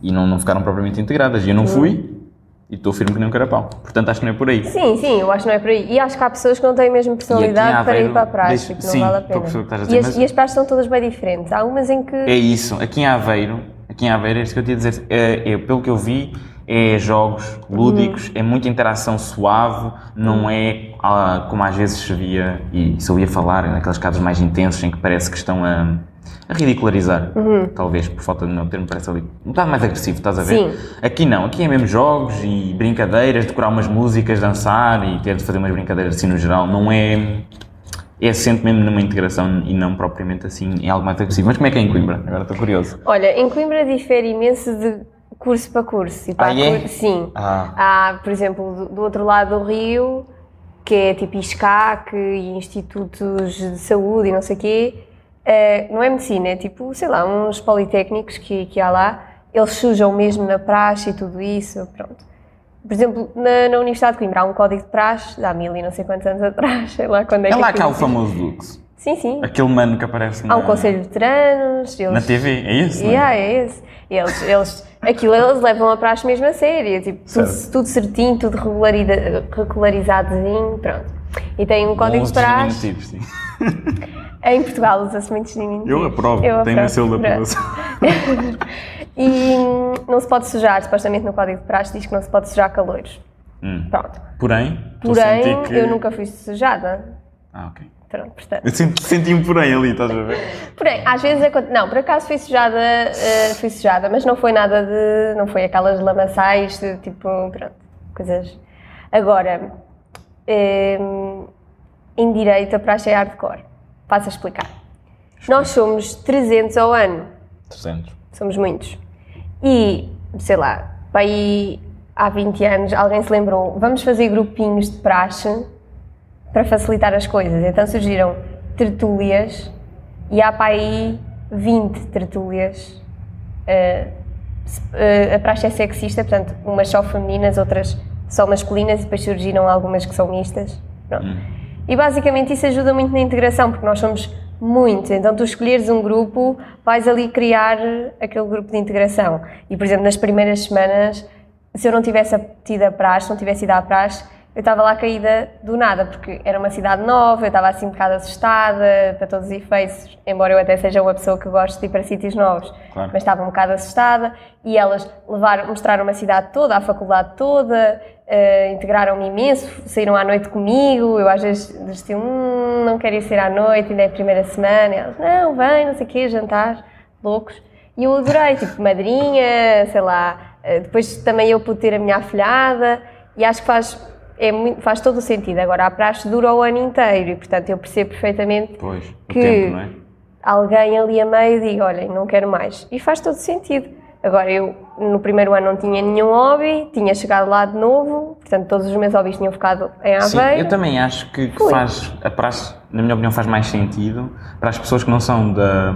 Speaker 1: e não, não ficaram propriamente integradas. E eu não fui e estou firme que nem um carapau. Portanto, acho que não é por aí.
Speaker 2: Sim, sim, eu acho que não é por aí. E acho que há pessoas que não têm mesmo
Speaker 1: E aqui há
Speaker 2: personalidade para
Speaker 1: Aveiro,
Speaker 2: ir para a praxe,
Speaker 1: deixa-
Speaker 2: que não
Speaker 1: sim,
Speaker 2: vale
Speaker 1: estou
Speaker 2: a
Speaker 1: a
Speaker 2: pena.
Speaker 1: perceber o que estás a
Speaker 2: e,
Speaker 1: dizer,
Speaker 2: as,
Speaker 1: mas-
Speaker 2: e as praxes são todas bem diferentes. Há umas em que.
Speaker 1: É isso. Aqui em Aveiro, aqui em Aveiro, é isso que eu tinha a dizer. É, é, pelo que eu vi, é jogos lúdicos, é muita interação suave, não é ah, como às vezes se via e se ouvia falar, naqueles casos mais intensos em que parece que estão a, a ridicularizar. Talvez, por falta do meu termo, parece ali um bocado mais agressivo, estás a ver?
Speaker 2: Sim.
Speaker 1: Aqui não, aqui é mesmo jogos e brincadeiras, decorar umas músicas, dançar e ter de fazer umas brincadeiras assim no geral, não é. É sempre mesmo numa integração e não propriamente assim em algo mais agressivo. Mas como é que é em Coimbra? Agora estou curioso.
Speaker 2: Olha, em Coimbra é difere imenso de é curso para curso. E para
Speaker 1: Ah, é?
Speaker 2: cur- Sim.
Speaker 1: Ah.
Speaker 2: Há, por exemplo, do, do outro lado do Rio, que é tipo ISCAC e institutos de saúde e não sei o quê, eh, não é medicina, é tipo, sei lá, uns politécnicos que, que há lá, eles sujam mesmo na praxe e tudo isso, pronto. Por exemplo, na, na Universidade de Coimbra há um código de praxe, de há mil e não sei quantos anos atrás, sei lá quando é,
Speaker 1: É
Speaker 2: que
Speaker 1: lá que há
Speaker 2: aquilo
Speaker 1: o
Speaker 2: existe.
Speaker 1: famoso Dux.
Speaker 2: Sim, sim.
Speaker 1: Aquele mano que aparece na,
Speaker 2: Há um conselho de veteranos, eles...
Speaker 1: na TV, é esse? não é?
Speaker 2: Yeah, é esse. Eles, eles, aquilo eles levam a praxe mesmo a sério, tipo, tudo,
Speaker 1: Certo.
Speaker 2: tudo certinho, tudo regularida- regularizadozinho, pronto. E tem um código
Speaker 1: Bons
Speaker 2: de praxe.
Speaker 1: diminutivos, sim.
Speaker 2: Em Portugal usa-se muitos diminutivos.
Speaker 1: Eu aprovo,
Speaker 2: Eu
Speaker 1: tenho
Speaker 2: aprovo,
Speaker 1: o selo da
Speaker 2: pronto.
Speaker 1: aprovação.
Speaker 2: E hum, não se pode sujar, supostamente no código de praxe diz que não se pode sujar calores.
Speaker 1: Hum.
Speaker 2: Pronto.
Speaker 1: Porém, tu
Speaker 2: Porém,
Speaker 1: senti que...
Speaker 2: eu nunca fui sujada.
Speaker 1: Ah, ok.
Speaker 2: Pronto, portanto.
Speaker 1: Eu senti, senti um porém ali, estás a ver?
Speaker 2: Porém, às vezes acontece. Não, por acaso fui sujada, eh, fui sujada, mas não foi nada de. Não foi aquelas lamaçais de tipo. Pronto, coisas. Agora, eh, em direito, a praxe é hardcore. Passo a explicar. Nós somos 300 ao ano.
Speaker 1: 300.
Speaker 2: Somos muitos. E, sei lá, para aí há 20 anos alguém se lembrou, vamos fazer grupinhos de praxe para facilitar as coisas. Então surgiram tertúlias e há para aí 20 tertúlias. Ah, se- ah, a praxe é sexista, portanto, umas só femininas, outras só masculinas e depois surgiram algumas que são mistas. Pronto. E basicamente isso ajuda muito na integração, porque nós somos muitos. Então, tu escolheres um grupo, vais ali criar aquele grupo de integração. E, por exemplo, nas primeiras semanas, se eu não tivesse tido a praxe, não tivesse ido à praxe, eu estava lá caída do nada, porque era uma cidade nova, eu estava assim um bocado assustada, para todos os efeitos, embora eu até seja uma pessoa que gosto de ir para sítios novos.
Speaker 1: Claro.
Speaker 2: Mas estava um bocado assustada e elas levaram, mostraram-me a cidade toda, a faculdade toda, eh, integraram-me imenso, saíram à noite comigo, eu às vezes dizia, hum, não quero ir sair à noite, ainda é a primeira semana, e elas, não, vem, não sei o quê, jantar, loucos. E eu adorei, tipo, madrinha, sei lá, eh, depois também eu pude ter a minha afilhada e acho que faz, é muito- faz todo o sentido. Agora, a praxe dura o ano inteiro e, portanto, eu percebo perfeitamente
Speaker 1: Pois, o
Speaker 2: Que-
Speaker 1: tempo, não é?
Speaker 2: alguém ali a meio diga, olhem, não quero mais. E faz todo sentido. Agora, eu no primeiro ano não tinha nenhum hobby, tinha chegado lá de novo, portanto todos os meus hobbies tinham ficado em
Speaker 1: Sim,
Speaker 2: Aveiro.
Speaker 1: eu também acho que, que
Speaker 2: Fui.
Speaker 1: faz, a praxe, na minha opinião, faz mais sentido para as pessoas que não são da,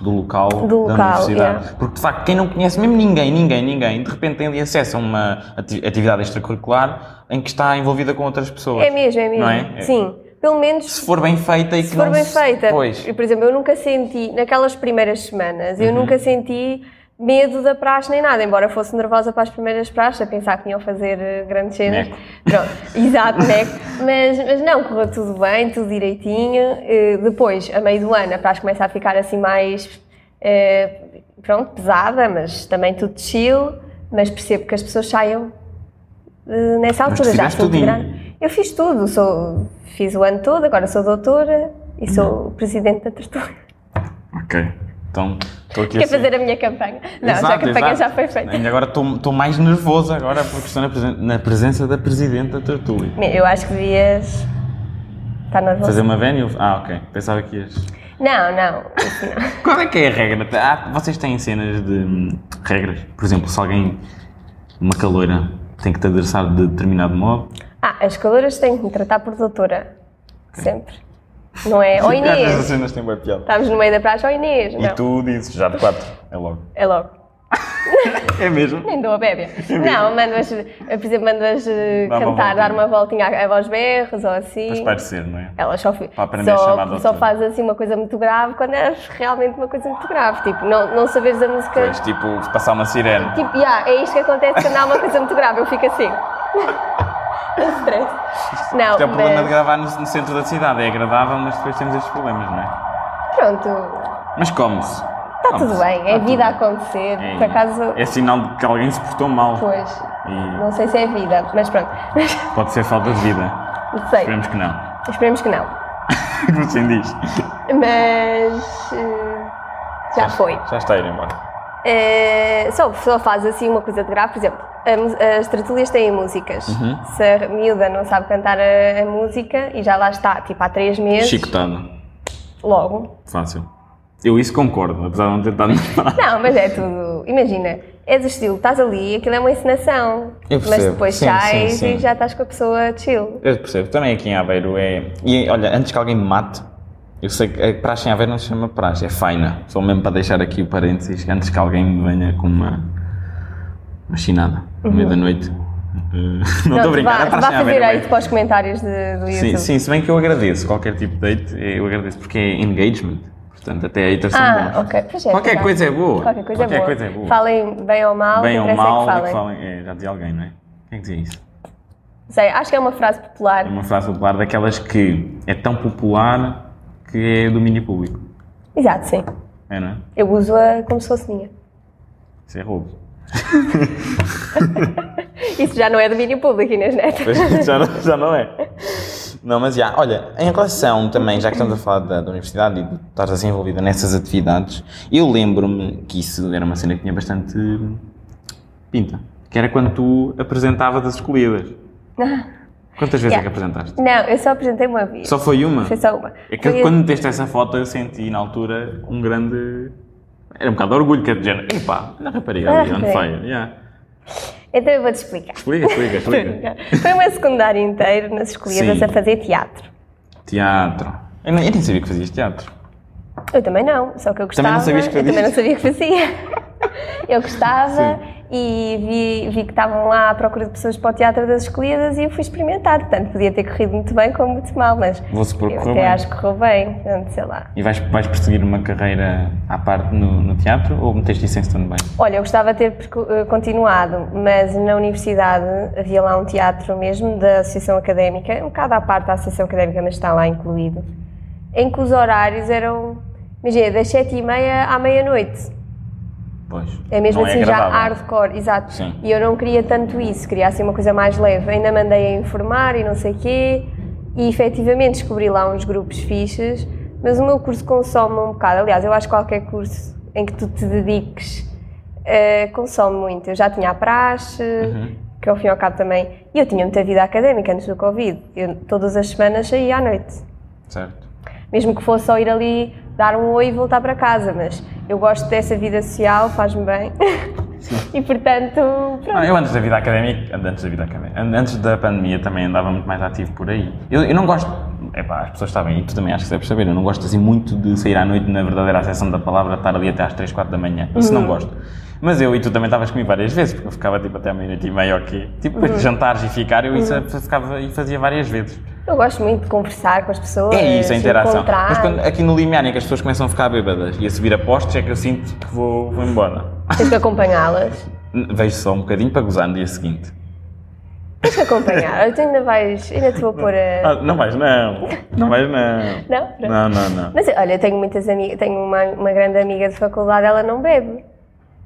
Speaker 1: do local
Speaker 2: Do
Speaker 1: da
Speaker 2: local,
Speaker 1: universidade.
Speaker 2: yeah.
Speaker 1: Porque, de facto, quem não conhece, mesmo ninguém, ninguém, ninguém, de repente tem ali acesso a uma ati- atividade extracurricular em que está envolvida com outras pessoas.
Speaker 2: É mesmo, é mesmo.
Speaker 1: Não é?
Speaker 2: Sim, pelo menos
Speaker 1: Se for bem feita e que
Speaker 2: se for
Speaker 1: não
Speaker 2: bem feita.
Speaker 1: Pois. Uhum.
Speaker 2: Eu, Por exemplo, eu nunca senti, naquelas primeiras semanas, eu nunca senti medo da praxe nem nada, embora fosse nervosa para as primeiras praxes, a pensar que iam fazer eh, grandes cenas.
Speaker 1: Neco.
Speaker 2: Pronto, exato, neco. Mas, mas não, correu tudo bem, tudo direitinho. Eh, Depois, a meio do ano, a praxe começa a ficar assim mais, eh, pronto, pesada, mas também tudo chill, mas percebo que as pessoas saiam eh, nessa
Speaker 1: Mas tu
Speaker 2: altura já
Speaker 1: fizeste
Speaker 2: sou
Speaker 1: tudinho.
Speaker 2: integrada. Eu fiz tudo, sou, fiz o ano todo, agora sou doutora e
Speaker 1: Uhum.
Speaker 2: sou presidente da tertúlia.
Speaker 1: Ok. Então, estou aqui
Speaker 2: Quer
Speaker 1: a ser-
Speaker 2: fazer a minha campanha? Não, já a
Speaker 1: Exato,
Speaker 2: campanha
Speaker 1: exato.
Speaker 2: já foi feita.
Speaker 1: Ainda agora estou estou mais nervoso agora porque estou na, presen- na presença da Presidente da Tertúlia.
Speaker 2: Bem, Eu acho que devias estar nervoso.
Speaker 1: Fazer uma venue? Ah, ok. Pensava que ias...
Speaker 2: Não, não, isso não.
Speaker 1: Qual é que é a regra? Há- vocês têm cenas de hum, regras? Por exemplo, se alguém, uma caloira, tem que te adressar de determinado modo.
Speaker 2: Ah, as caloras têm que me tratar por doutora. Sempre. Não é? Ó
Speaker 1: Às vezes as
Speaker 2: Inês! Tá
Speaker 1: cenas têm boa piada.
Speaker 2: Estamos no meio da praia, ó Inês!
Speaker 1: E
Speaker 2: Não,
Speaker 1: tu dizes já de quatro, é logo.
Speaker 2: é logo.
Speaker 1: É mesmo?
Speaker 2: Nem dou a bébia. Não, mandas, por exemplo, mandas eh,
Speaker 1: Dá uma
Speaker 2: cantar, dar
Speaker 1: voltinha.
Speaker 2: uma voltinha a- aos berros ou assim.
Speaker 1: Mas parecer, não é?
Speaker 2: Ela só, fi-
Speaker 1: Para aprender a
Speaker 2: só-
Speaker 1: chamar doutor.
Speaker 2: só faz assim uma coisa muito grave quando é realmente uma coisa muito grave. Tipo, não, não saberes a música.
Speaker 1: Pois, tipo, passar uma sirene.
Speaker 2: Tipo, yeah, é isto que acontece quando há uma coisa muito grave. Eu fico assim. Stress. Não,
Speaker 1: Isto é o problema de
Speaker 2: mas,
Speaker 1: gravar no, no centro da cidade. É agradável, mas depois temos estes problemas, não é?
Speaker 2: pronto,
Speaker 1: Mas come-se. Tá
Speaker 2: está tudo bem. É vida a acontecer. Por acaso,
Speaker 1: É sinal de que alguém se portou mal.
Speaker 2: pois,
Speaker 1: E
Speaker 2: não sei se é vida, mas pronto.
Speaker 1: pode ser falta de vida.
Speaker 2: Não sei,
Speaker 1: Esperemos que não.
Speaker 2: esperemos que não.
Speaker 1: Como assim diz?
Speaker 2: Mas. eh, Já foi.
Speaker 1: Já está a ir embora.
Speaker 2: É, só, só faz assim uma coisa de grave, por exemplo, a mu- as tertúlias têm músicas.
Speaker 1: Uhum.
Speaker 2: Se a miúda não sabe cantar a, a música e já lá está, tipo há três meses,
Speaker 1: Chicotada.
Speaker 2: logo.
Speaker 1: é? Fácil. Eu isso concordo, apesar de não ter estado na
Speaker 2: Não, mas é tudo. Imagina, és o estilo, estás ali, aquilo é uma encenação.
Speaker 1: Eu
Speaker 2: mas
Speaker 1: percebo.
Speaker 2: depois
Speaker 1: Sim,
Speaker 2: sais
Speaker 1: sim, sim.
Speaker 2: e já estás com a pessoa chill.
Speaker 1: Eu percebo. Também aqui em Aveiro é. E olha, antes que alguém me mate, eu sei que a praxe em Aveiro não se chama praxe, é faina. Só mesmo para deixar aqui o parênteses, antes que alguém me venha com uma. uma chinada no meio da noite. Eh, não estou a
Speaker 2: Pronto,
Speaker 1: brincar,
Speaker 2: Uhum. vá,
Speaker 1: a
Speaker 2: vá
Speaker 1: taxa é a
Speaker 2: fazer
Speaker 1: ver,
Speaker 2: aí
Speaker 1: bem.
Speaker 2: para os comentários de- do YouTube.
Speaker 1: Sim, sim, se bem que eu agradeço qualquer tipo de hate, eu agradeço porque é engagement. Portanto, até aí está sendo
Speaker 2: Ah,
Speaker 1: bom.
Speaker 2: ok. Pois é,
Speaker 1: Qualquer
Speaker 2: tá.
Speaker 1: coisa é boa.
Speaker 2: Qualquer coisa
Speaker 1: Qualquer
Speaker 2: é boa.
Speaker 1: coisa é boa.
Speaker 2: Falem bem ou mal,
Speaker 1: Bem
Speaker 2: o que
Speaker 1: ou
Speaker 2: interessa
Speaker 1: mal,
Speaker 2: é que falem.
Speaker 1: É, já dizia alguém, não é? Quem é que dizia isso?
Speaker 2: Sei, acho que é uma frase popular.
Speaker 1: É uma frase popular daquelas que é tão popular que é domínio público.
Speaker 2: Exato, sim.
Speaker 1: É, não é?
Speaker 2: Eu uso-a como se fosse minha.
Speaker 1: Isso é roubo.
Speaker 2: Isso já não é domínio público, Inês Neto.
Speaker 1: já, não, já não é. Não, mas já, olha, em relação também, já que estamos a falar da, da universidade e de estar assim envolvida nessas atividades, eu lembro-me que isso era uma cena que tinha bastante pinta, que era quando tu apresentavas as escolhidas. Quantas vezes é que
Speaker 2: Ah. Yeah.
Speaker 1: apresentaste?
Speaker 2: Não, eu só apresentei uma vez.
Speaker 1: Só foi uma?
Speaker 2: Foi só uma.
Speaker 1: É que
Speaker 2: Foi- um
Speaker 1: quando meteste essa foto eu senti na altura um grande. Era um bocado de orgulho, que era de género. Epá, olha a rapariga ali,
Speaker 2: Ah,
Speaker 1: on
Speaker 2: ok.
Speaker 1: fire. Yeah.
Speaker 2: Então eu vou-te explicar.
Speaker 1: Explica, explica, explica.
Speaker 2: Foi uma secundária inteira nas escolhidas
Speaker 1: Sim.
Speaker 2: a fazer teatro.
Speaker 1: teatro. Eu, nem- eu nem sabia que fazias teatro.
Speaker 2: Eu também não, só que eu gostava.
Speaker 1: Também não sabias que
Speaker 2: eu também não
Speaker 1: fazias?
Speaker 2: sabia que fazia. Eu gostava e vi, vi que estavam lá à procura de pessoas para o teatro das escolhidas e eu fui experimentar. Portanto, podia ter corrido muito bem como muito mal, mas
Speaker 1: Vou supor que
Speaker 2: eu
Speaker 1: correu
Speaker 2: até
Speaker 1: bem.
Speaker 2: acho que correu bem. Portanto, sei lá.
Speaker 1: E vais, vais perseguir uma carreira à parte no, no teatro ou meteste isso em stand-by?
Speaker 2: Olha, eu gostava de ter percu- eh, continuado, mas na universidade havia lá um teatro mesmo da Associação Académica, um bocado à parte da Associação Académica, mas está lá incluído, em que os horários eram, imagina, das sete e meia à meia-noite.
Speaker 1: Pois.
Speaker 2: É mesmo
Speaker 1: Não
Speaker 2: assim já
Speaker 1: agradável.
Speaker 2: hardcore, exato.
Speaker 1: Sim.
Speaker 2: E eu não queria tanto isso, queria assim uma coisa mais leve. Ainda mandei a informar e não sei quê, e efetivamente descobri lá uns grupos fixes, mas o meu curso consome um bocado. Aliás, eu acho que qualquer curso em que tu te dediques eh, consome muito. Eu já tinha a praxe,
Speaker 1: Uhum.
Speaker 2: que ao fim e ao cabo também. E eu tinha muita vida académica antes do Covid. Eu todas as semanas saía à noite
Speaker 1: Certo.
Speaker 2: mesmo que fosse só ir ali dar um oi e voltar para casa, mas eu gosto dessa vida social, faz-me bem. e portanto, pronto.
Speaker 1: Ah, eu antes da vida académica, antes da vida académica, an- antes da pandemia também andava muito mais ativo por aí. Eu, eu não gosto, epá, as pessoas sabem, e tu também acho que deves saber, eu não gosto assim muito de sair à noite na verdadeira acessão da palavra, estar ali até às 3, 4 da manhã, isso não gosto. Mas eu e tu também estavas comigo várias vezes, porque eu ficava tipo até à meia-noite e meia, ok? Tipo, depois de jantares e ficar, eu isso ficava e fazia várias vezes.
Speaker 2: Eu gosto muito de conversar com as pessoas,
Speaker 1: É isso, a interação.
Speaker 2: encontrar.
Speaker 1: Mas quando, aqui no limiar em que as pessoas começam a ficar bêbadas e a subir a postos, é que eu sinto que vou, vou embora.
Speaker 2: Tens que acompanhá-las.
Speaker 1: N- Vejo só um bocadinho para gozar no dia seguinte.
Speaker 2: Tens que acompanhar. tu ainda vais, ainda te vou pôr a.
Speaker 1: Ah, não vais não. Não vais não.
Speaker 2: Não? Pronto.
Speaker 1: Não, não, não.
Speaker 2: Mas olha, eu tenho muitas amigas, tenho uma, uma grande amiga de faculdade, ela não bebe.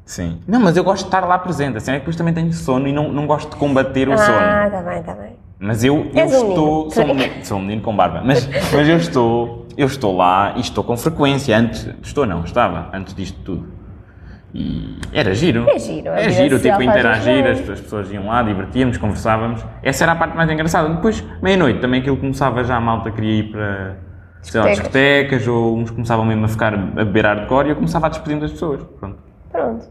Speaker 1: Sim. Não, mas eu gosto de estar lá presente. Assim, é que depois também tenho sono e não, não gosto de combater o um sono.
Speaker 2: ah, tá bem, tá bem.
Speaker 1: Mas eu, eu
Speaker 2: És
Speaker 1: estou.
Speaker 2: um menino.
Speaker 1: Sou um menino, sou um menino com barba. Mas, mas eu estou. Eu estou lá e estou com frequência. Antes. Estou não, estava, antes disto tudo. E era giro.
Speaker 2: É giro, a
Speaker 1: É
Speaker 2: vida
Speaker 1: giro,
Speaker 2: social
Speaker 1: tipo,
Speaker 2: faz-nos
Speaker 1: interagir,
Speaker 2: bem.
Speaker 1: as, as pessoas iam lá, divertíamos, conversávamos. Essa era a parte mais engraçada. Depois, meia-noite, também aquilo começava já a malta queria ir para sei lá, discotecas, ou uns começavam mesmo a ficar a beber hardcore e eu começava a despedir das pessoas. Pronto.
Speaker 2: Pronto.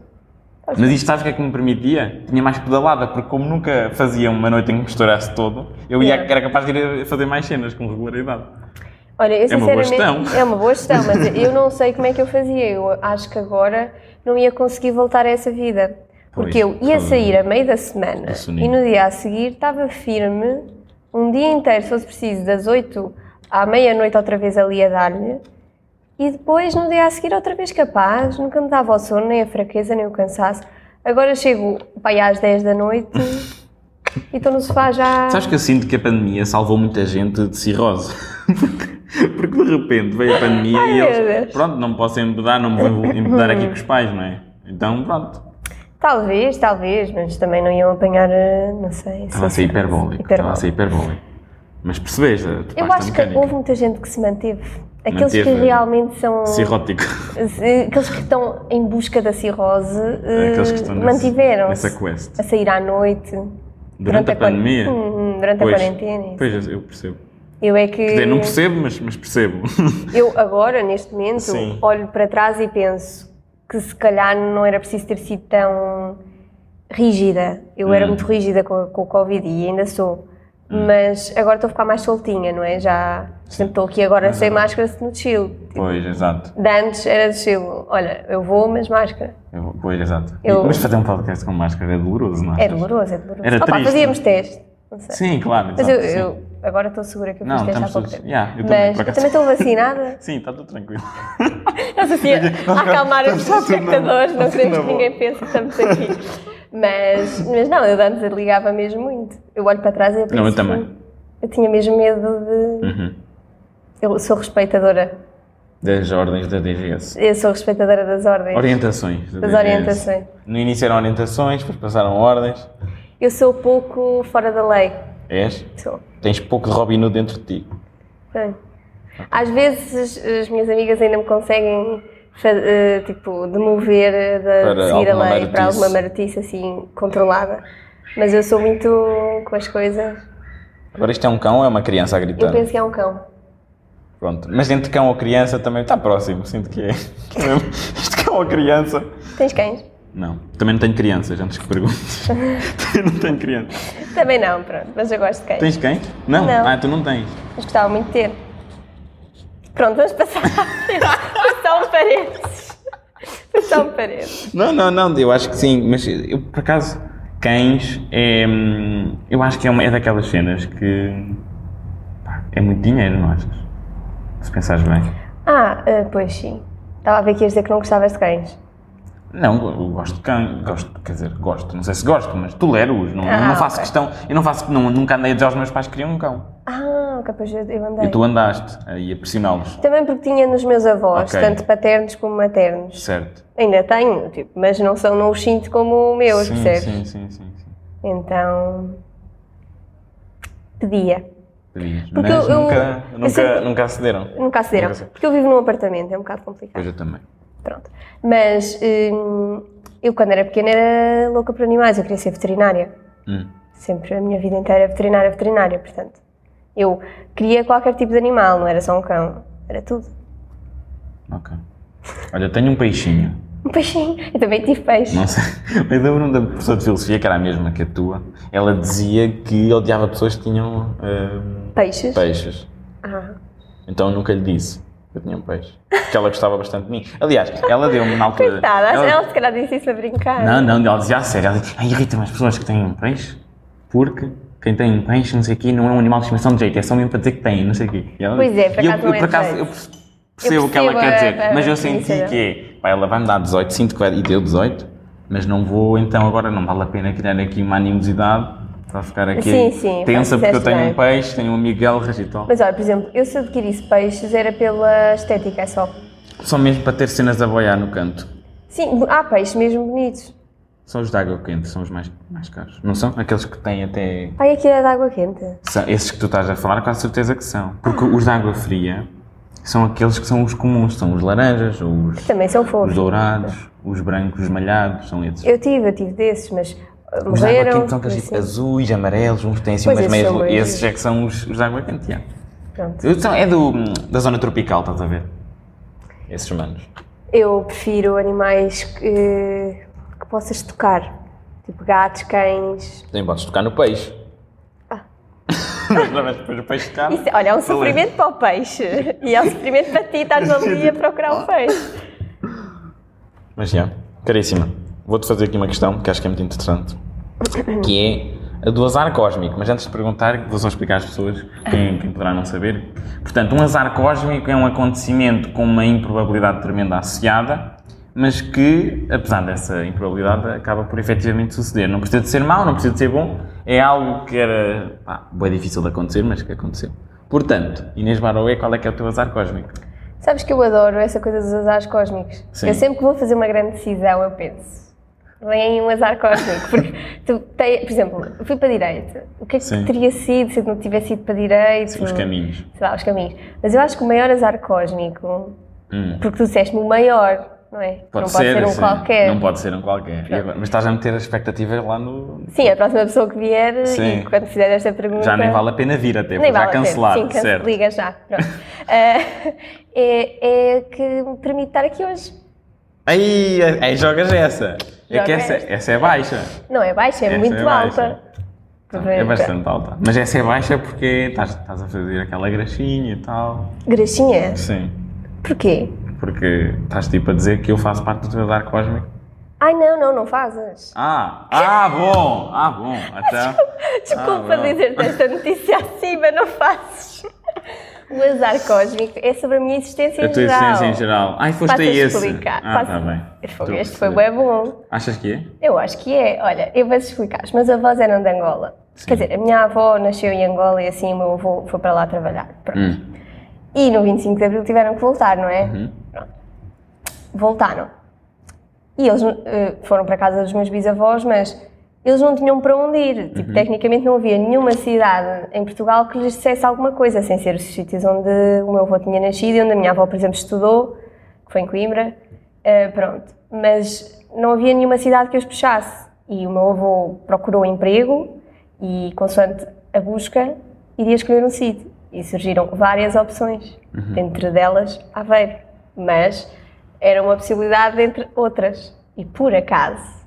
Speaker 1: Mas isto sabes o que é que me permitia? Tinha mais pedalada, porque como nunca fazia uma noite em que me estourasse todo, eu ia,
Speaker 2: Yeah.
Speaker 1: era capaz de ir a fazer mais cenas com regularidade.
Speaker 2: Olha, eu
Speaker 1: É uma boa
Speaker 2: sinceramente.
Speaker 1: gestão.
Speaker 2: é uma boa gestão, mas eu não sei como é que eu fazia. Eu acho que agora não ia conseguir voltar a essa vida. Porque
Speaker 1: Pois,
Speaker 2: eu ia
Speaker 1: por causa
Speaker 2: sair
Speaker 1: do-
Speaker 2: a meio da semana
Speaker 1: do soninho.
Speaker 2: e no dia a seguir estava firme, um dia inteiro, se fosse preciso, das 8 à meia-noite, outra vez ali a dar-lhe. E depois, no dia a seguir, outra vez capaz, nunca me dava o sono, nem a fraqueza, nem o cansaço. Agora chego pai, às 10 da noite e estou no sofá já.
Speaker 1: Sabes que eu sinto que a pandemia salvou muita gente de cirrose. Porque, porque de repente veio a pandemia e
Speaker 2: meu
Speaker 1: eles.
Speaker 2: Deus.
Speaker 1: Pronto, não me posso embedar, não me vou embedar aqui com os pais, não é? Então, pronto.
Speaker 2: Talvez, talvez, mas também não iam apanhar, eh, não sei.
Speaker 1: Estava a ser hiperbólico. Estava a ser hiperbólico. Mas percebes a
Speaker 2: Eu
Speaker 1: pasta
Speaker 2: acho que
Speaker 1: mecânica.
Speaker 2: houve um muita gente que se manteve. Aqueles que
Speaker 1: Manteve.
Speaker 2: realmente são.
Speaker 1: Cirrótico.
Speaker 2: eh, Aqueles que estão em busca da cirrose eh,
Speaker 1: Aqueles que estão nesse-
Speaker 2: mantiveram-se.
Speaker 1: nessa quest.
Speaker 2: A sair à noite. Durante,
Speaker 1: Durante a
Speaker 2: quar-
Speaker 1: pandemia.
Speaker 2: Uhum, durante
Speaker 1: Pois.
Speaker 2: a quarentena.
Speaker 1: Pois, eu percebo.
Speaker 2: Eu é que.
Speaker 1: Quer dizer, não percebo, mas, mas percebo.
Speaker 2: Eu agora, neste momento,
Speaker 1: Sim.
Speaker 2: olho para trás e penso que se calhar não era preciso ter sido
Speaker 1: Hum.
Speaker 2: tão rígida. Eu era muito rígida com, com o Covid e ainda sou. Mas agora estou a ficar mais soltinha, não é? Já, por exemplo, estou aqui agora sem máscara no chill.
Speaker 1: Pois, exato.
Speaker 2: De antes era de estilo, olha, eu vou, mas máscara.
Speaker 1: Eu- pois, exato.
Speaker 2: Eu-
Speaker 1: Mas fazer um podcast com máscara é doloroso, não é?
Speaker 2: É doloroso, é doloroso.
Speaker 1: Era
Speaker 2: Opa,
Speaker 1: triste.
Speaker 2: fazíamos teste, não sei.
Speaker 1: Sim, claro.
Speaker 2: mas
Speaker 1: exato,
Speaker 2: eu,
Speaker 1: sim.
Speaker 2: eu agora estou segura que eu fiz
Speaker 1: Não,
Speaker 2: teste há
Speaker 1: estamos
Speaker 2: pouco
Speaker 1: todos.
Speaker 2: tempo.
Speaker 1: Yeah, eu também, por
Speaker 2: mas eu
Speaker 1: acaso.
Speaker 2: também estou vacinada.
Speaker 1: Sim, está tudo tranquilo.
Speaker 2: Nós assim, a acalmar os
Speaker 1: Estamos lá tudo na-
Speaker 2: espectadores, não
Speaker 1: tudo
Speaker 2: queremos
Speaker 1: na
Speaker 2: que
Speaker 1: boa.
Speaker 2: ninguém pense que estamos aqui. Mas, mas não, eu de antes ligava mesmo muito. Eu olho para trás e eu penso
Speaker 1: eu
Speaker 2: que
Speaker 1: também.
Speaker 2: Eu tinha mesmo medo de...
Speaker 1: Uhum.
Speaker 2: Eu sou respeitadora.
Speaker 1: Das ordens da DGS.
Speaker 2: Eu sou respeitadora das ordens.
Speaker 1: Orientações. da
Speaker 2: Das
Speaker 1: DGS.
Speaker 2: orientações.
Speaker 1: No início eram orientações, depois passaram ordens.
Speaker 2: Eu sou pouco fora da lei.
Speaker 1: És.
Speaker 2: Sou.
Speaker 1: Tens pouco de Robin Hood dentro de ti.
Speaker 2: Bem, Às vezes as minhas amigas ainda me conseguem fa- eh, tipo, demover eh, de,
Speaker 1: Para
Speaker 2: de seguir a
Speaker 1: alguma
Speaker 2: lei
Speaker 1: marotice.
Speaker 2: para alguma marotice assim controlada. Mas eu sou muito com as coisas.
Speaker 1: Agora isto é um cão ou é uma criança a
Speaker 2: Eu
Speaker 1: gritar?
Speaker 2: penso que é um cão.
Speaker 1: Pronto. Mas entre cão ou criança também está próximo, sinto que é. Que é mesmo. Isto cão ou criança.
Speaker 2: Tens cães?
Speaker 1: Não, também não tenho crianças, antes que perguntes. também não tenho crianças.
Speaker 2: Também não, pronto, mas eu gosto de cães.
Speaker 1: Tens cães? Não.
Speaker 2: Não.
Speaker 1: Ah, tu não tens.
Speaker 2: Mas gostava muito de ter. Pronto, vamos passar. Foi só um parênteses. Foi só um parênteses.
Speaker 1: Não, não, não, eu acho que sim, mas eu, por acaso, cães é. hum, Eu acho que é, uma, é daquelas cenas que. pá, é muito dinheiro, não achas? Se pensares bem.
Speaker 2: Ah, eh, pois sim. Estava a ver que ias dizer que não gostavas de cães.
Speaker 1: Não, eu gosto de cães, gosto, quer dizer, gosto, não sei se gosto, mas tolero-os, não,
Speaker 2: Ah,
Speaker 1: não faço
Speaker 2: ok.
Speaker 1: questão, eu não faço, não, nunca andei a dizer aos meus pais que queriam um cão.
Speaker 2: Ah, capaz eu eu andei.
Speaker 1: E tu andaste aí a pressioná-los,
Speaker 2: Também porque tinha nos meus avós,
Speaker 1: Ok.
Speaker 2: tanto paternos como maternos.
Speaker 1: certo?
Speaker 2: Ainda tenho, tipo, mas não são, não os sinto como o meu,
Speaker 1: sim,
Speaker 2: percebes?
Speaker 1: sim, sim, sim, sim.
Speaker 2: Então. pedia.
Speaker 1: Pedias,
Speaker 2: Porque
Speaker 1: mas
Speaker 2: eu- assim Hum. eu-
Speaker 1: nunca,
Speaker 2: eu
Speaker 1: nunca,
Speaker 2: sempre-
Speaker 1: nunca acederam.
Speaker 2: Nunca acederam.
Speaker 1: Nunca sei.
Speaker 2: Porque eu vivo num apartamento, é um bocado complicado.
Speaker 1: Pois eu também.
Speaker 2: Pronto. Mas hum, eu, quando era pequena, era louca por animais, eu queria ser veterinária.
Speaker 1: Hum.
Speaker 2: Sempre, a minha vida inteira, veterinária, veterinária, portanto. Eu queria qualquer tipo de animal, não era só um cão, era tudo.
Speaker 1: Ok. Olha, eu tenho um peixinho.
Speaker 2: Um peixinho. Eu também tive peixe.
Speaker 1: Não sei. Eu lembro-me da professora de filosofia, que era a mesma que a tua, ela dizia que odiava pessoas que tinham hum,
Speaker 2: Peixes?
Speaker 1: peixes.
Speaker 2: Ah.
Speaker 1: Então eu nunca lhe disse que eu tinha um peixe. Porque ela gostava bastante de mim. Aliás, ela deu-me na altura.
Speaker 2: Coitada,
Speaker 1: ela-
Speaker 2: Tá, ela se calhar disse isso a brincar.
Speaker 1: Não, não, ela dizia a sério. Ela dizia, "Ai, irrita-me as pessoas que têm um peixe, porque quem tem um peixe, não sei o quê, não é um animal de estimação de jeito, é só mesmo para dizer que tem, não sei o quê. E ela-
Speaker 2: Pois é, por
Speaker 1: e eu-
Speaker 2: acaso
Speaker 1: eu,
Speaker 2: não é
Speaker 1: por acaso,
Speaker 2: de
Speaker 1: eu
Speaker 2: jeito.
Speaker 1: perce- percebo
Speaker 2: Eu
Speaker 1: o que ela
Speaker 2: percebo é,
Speaker 1: quer
Speaker 2: a-
Speaker 1: dizer,
Speaker 2: a-
Speaker 1: mas eu
Speaker 2: a
Speaker 1: senti
Speaker 2: premissa
Speaker 1: que é, pá, ela vai-me dar 18, sinto que é vai, e deu 18, mas não vou, então agora não vale a pena criar aqui uma animosidade. Para ficar aqui
Speaker 2: Sim, sim,
Speaker 1: tensa,
Speaker 2: faz-
Speaker 1: porque eu
Speaker 2: fizeste
Speaker 1: tenho um
Speaker 2: bem.
Speaker 1: peixe, tenho um Miguel Ragitol.
Speaker 2: Mas olha, por exemplo, eu se adquirisse peixes era pela estética é só.
Speaker 1: Só mesmo para ter cenas a boiar no canto.
Speaker 2: Sim, bo- há peixes mesmo bonitos.
Speaker 1: São os de água quente, são os mais, mais caros. Não são? Aqueles que têm até.
Speaker 2: Ai, aqui era de água quente.
Speaker 1: São esses que tu estás a falar, com a certeza que são. Porque os de água fria são aqueles que são os comuns, são os laranjas, os,
Speaker 2: Também são
Speaker 1: os
Speaker 2: fofos.
Speaker 1: dourados, os brancos, os malhados, são esses.
Speaker 2: Eu tive, eu tive desses, mas uh,
Speaker 1: Os de água
Speaker 2: morreram.
Speaker 1: quente são aqueles
Speaker 2: mas
Speaker 1: tipo
Speaker 2: sim.
Speaker 1: azuis, amarelos, uns que têm assim
Speaker 2: Pois,
Speaker 1: umas
Speaker 2: esses
Speaker 1: meias.
Speaker 2: são
Speaker 1: lu-
Speaker 2: bons.
Speaker 1: Esses é que são os, os de água quente, já.
Speaker 2: Pronto.
Speaker 1: Eu- são- É do, da zona tropical, estás a ver? Esses humanos.
Speaker 2: Eu prefiro animais que, que possas tocar. Tipo gatos, cães.
Speaker 1: Também podes tocar no peixe.
Speaker 2: Ah.
Speaker 1: Mas não vais depois o peixe tocar.
Speaker 2: Isso, olha, é um
Speaker 1: Qual é?
Speaker 2: sofrimento para o peixe. E é um sofrimento para ti, estás ali a
Speaker 1: tipo,
Speaker 2: procurar
Speaker 1: ah.
Speaker 2: um peixe.
Speaker 1: Mas já, caríssima, vou-te fazer aqui uma questão que acho que é muito interessante, que é a do azar cósmico. Mas antes de perguntar, vou só explicar às pessoas, quem, quem poderá não saber. Portanto, um azar cósmico é um acontecimento com uma improbabilidade tremenda associada, mas que, apesar dessa improbabilidade, acaba por efetivamente suceder. Não precisa de ser mau, não precisa de ser bom, é algo que era pá, bem difícil de acontecer, mas que aconteceu. Portanto, Inês Baroé, qual é que é o teu azar cósmico?
Speaker 2: Sabes que eu adoro essa coisa dos azares cósmicos.
Speaker 1: Sim.
Speaker 2: Eu sempre que vou fazer uma grande decisão, eu penso. Vem aí um azar cósmico. Porque tu tem, por exemplo, eu fui para a direita. O que é que
Speaker 1: Sim.
Speaker 2: teria sido se eu não tivesse ido para a direita?
Speaker 1: Os caminhos.
Speaker 2: Sei lá, os caminhos. Mas eu acho que o maior azar cósmico,
Speaker 1: Hum.
Speaker 2: porque tu disseste-me o maior, não é? não pode ser um
Speaker 1: sim.
Speaker 2: qualquer.
Speaker 1: Não pode ser um qualquer. E agora- mas estás a meter as expectativas lá no.
Speaker 2: Sim, a próxima pessoa que vier
Speaker 1: Sim.
Speaker 2: e quando fizer esta pergunta.
Speaker 1: Já nem vale a pena vir até,
Speaker 2: Nem
Speaker 1: porque já
Speaker 2: vale a pena.
Speaker 1: cancelado,
Speaker 2: Sim, cancela,
Speaker 1: certo?
Speaker 2: liga já. Pronto. Eh, é, é que me permite estar aqui hoje.
Speaker 1: Aí, aí jogas essa. É que
Speaker 2: Joga
Speaker 1: essa,
Speaker 2: esta.
Speaker 1: essa é baixa.
Speaker 2: Não é baixa, é
Speaker 1: Essa
Speaker 2: muito
Speaker 1: é baixa.
Speaker 2: alta. Tá
Speaker 1: É bastante alta. Mas essa é baixa porque estás, estás a fazer aquela graxinha e tal.
Speaker 2: Graxinha?
Speaker 1: Sim.
Speaker 2: Porquê?
Speaker 1: Porque estás tipo a dizer que eu faço parte do teu dar cósmico.
Speaker 2: Ai, não, não, não fazes.
Speaker 1: Ah! Ah, bom! Ah, bom! Então.
Speaker 2: Desculpa
Speaker 1: não.
Speaker 2: dizer-te esta notícia acima, não fazes. O azar cósmico é sobre a minha existência
Speaker 1: A
Speaker 2: em
Speaker 1: tua
Speaker 2: geral.
Speaker 1: essência em geral. Ai, foste
Speaker 2: Passa
Speaker 1: a
Speaker 2: a
Speaker 1: esse.
Speaker 2: explicar.
Speaker 1: Ah,
Speaker 2: Passa-
Speaker 1: tá bem.
Speaker 2: Fogo,
Speaker 1: Estou a
Speaker 2: Este foi
Speaker 1: perceber.
Speaker 2: bem bom.
Speaker 1: Achas que é?
Speaker 2: Eu acho que é. Olha, eu vou-te explicar. Os meus avós eram de Angola. Quer dizer, a minha avó nasceu em Angola e assim o meu avô foi para lá trabalhar. Pronto.
Speaker 1: Hum. Uhum.
Speaker 2: E no 25 de Abril tiveram que voltar, não é? Pronto. Voltaram. E eles eh, foram para a casa dos meus bisavós, mas eles não tinham para onde ir. Tipo, Tecnicamente não havia nenhuma cidade em Portugal que lhes dissesse alguma coisa, sem ser os sítios onde o meu avô tinha nascido e onde a minha avó, por exemplo, estudou, que foi em Coimbra. Eh, pronto. Mas não havia nenhuma cidade que os puxasse. E o meu avô procurou um emprego e, consoante a busca, iria escolher um sítio. E surgiram várias opções, dentre delas Aveiro. Mas era uma possibilidade dentre outras. E por acaso,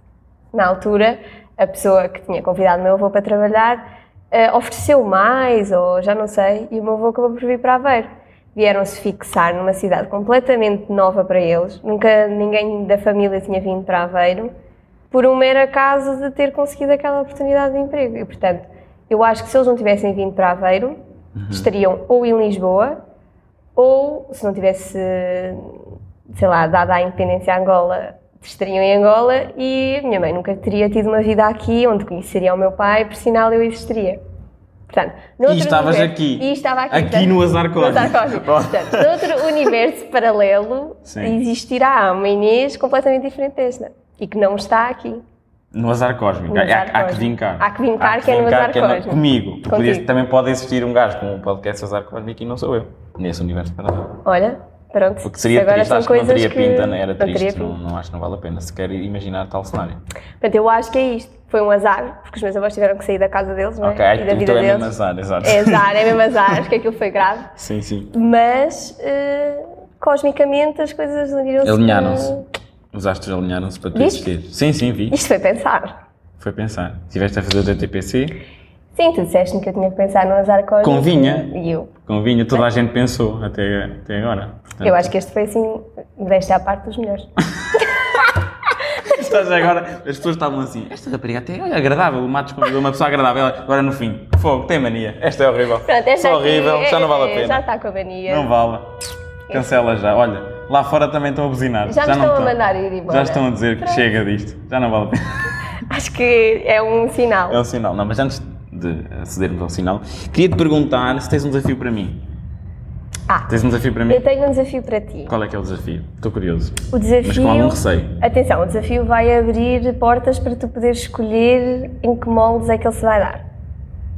Speaker 2: na altura, a pessoa que tinha convidado o meu avô para trabalhar eh, ofereceu mais, ou já não sei, e o meu avô acabou por vir para Aveiro. Vieram-se fixar numa cidade completamente nova para eles, nunca ninguém da família tinha vindo para Aveiro, por um mero acaso de ter conseguido aquela oportunidade de emprego. E, portanto, eu acho que se eles não tivessem vindo para Aveiro, estariam ou em Lisboa, ou se não tivesse, sei lá, dado a independência a Angola, estariam em Angola e a minha mãe nunca teria tido uma vida aqui, onde conheceria o meu pai, por sinal eu existiria. Portanto, noutro
Speaker 1: E estavas
Speaker 2: universo-
Speaker 1: aqui.
Speaker 2: E estava aqui.
Speaker 1: Aqui no azar
Speaker 2: no azar
Speaker 1: cósmico.
Speaker 2: cósmico. Portanto, noutro universo paralelo
Speaker 1: Sim.
Speaker 2: existirá uma Inês completamente diferente desta e que não está aqui.
Speaker 1: No azar cósmico. É,
Speaker 2: No
Speaker 1: Há-
Speaker 2: azar
Speaker 1: há, que
Speaker 2: cósmico.
Speaker 1: vincar.
Speaker 2: Há que vincar que é no azar cósmico.
Speaker 1: Comigo. Porque podia-
Speaker 2: Contigo.
Speaker 1: também pode existir um gajo com o podcast Azar Cósmico e não sou eu. Nesse universo paralelo.
Speaker 2: Olha, pronto.
Speaker 1: Porque seria
Speaker 2: agora
Speaker 1: triste,
Speaker 2: são
Speaker 1: acho que não
Speaker 2: coisas
Speaker 1: teria pinta, né? era
Speaker 2: não teria
Speaker 1: triste,
Speaker 2: pinta.
Speaker 1: não, não acho que não vale a pena sequer imaginar tal cenário.
Speaker 2: Portanto, eu acho que é isto. Foi um azar, porque os meus avós tiveram que sair da casa deles, não é?
Speaker 1: ok,
Speaker 2: e da vida
Speaker 1: então é
Speaker 2: deles.
Speaker 1: mesmo azar, exato.
Speaker 2: É azar, é mesmo azar, porque aquilo foi grave.
Speaker 1: Sim, sim.
Speaker 2: Mas, eh, cosmicamente, as coisas uniram-se.
Speaker 1: Alinharam-se. Os astros alinharam-se para tu
Speaker 2: Então, eh, Viste?
Speaker 1: existir. Sim, sim, vi.
Speaker 2: que- Isto foi pensar.
Speaker 1: Foi pensar. Estiveste a fazer o DTPC,
Speaker 2: Sim, tu disseste-me que eu tinha que pensar num azar cósmico.
Speaker 1: Convinha.
Speaker 2: E eu.
Speaker 1: convinha, toda a gente pensou até, até agora. Portanto,
Speaker 2: Eu acho que este foi assim, desta à parte dos melhores.
Speaker 1: Estás agora, as pessoas estavam assim, esta rapariga até é agradável, o Matos convidou uma pessoa agradável, agora no fim, fogo, tem mania, esta é horrível,
Speaker 2: Pronto, esta
Speaker 1: Só
Speaker 2: aqui,
Speaker 1: horrível, já não vale a
Speaker 2: eh,
Speaker 1: pena,
Speaker 2: Já está com a mania.
Speaker 1: não vale, cancela já, olha, lá fora também estão a buzinar,
Speaker 2: Já me
Speaker 1: não
Speaker 2: estão a mandar ir embora.
Speaker 1: já estão a dizer que chega disto, já não vale a pena,
Speaker 2: Acho que é um sinal.
Speaker 1: é o sinal, não, mas antes de acedermos ao sinal, queria-te perguntar se tens um desafio para mim,
Speaker 2: Ah,
Speaker 1: tens um desafio para mim,
Speaker 2: eu tenho um desafio para ti.
Speaker 1: qual é que é o desafio? Estou curioso,
Speaker 2: O desafio.
Speaker 1: mas com algum receio,
Speaker 2: Atenção, o desafio vai abrir portas para tu poderes escolher em que moldes é que ele se vai dar.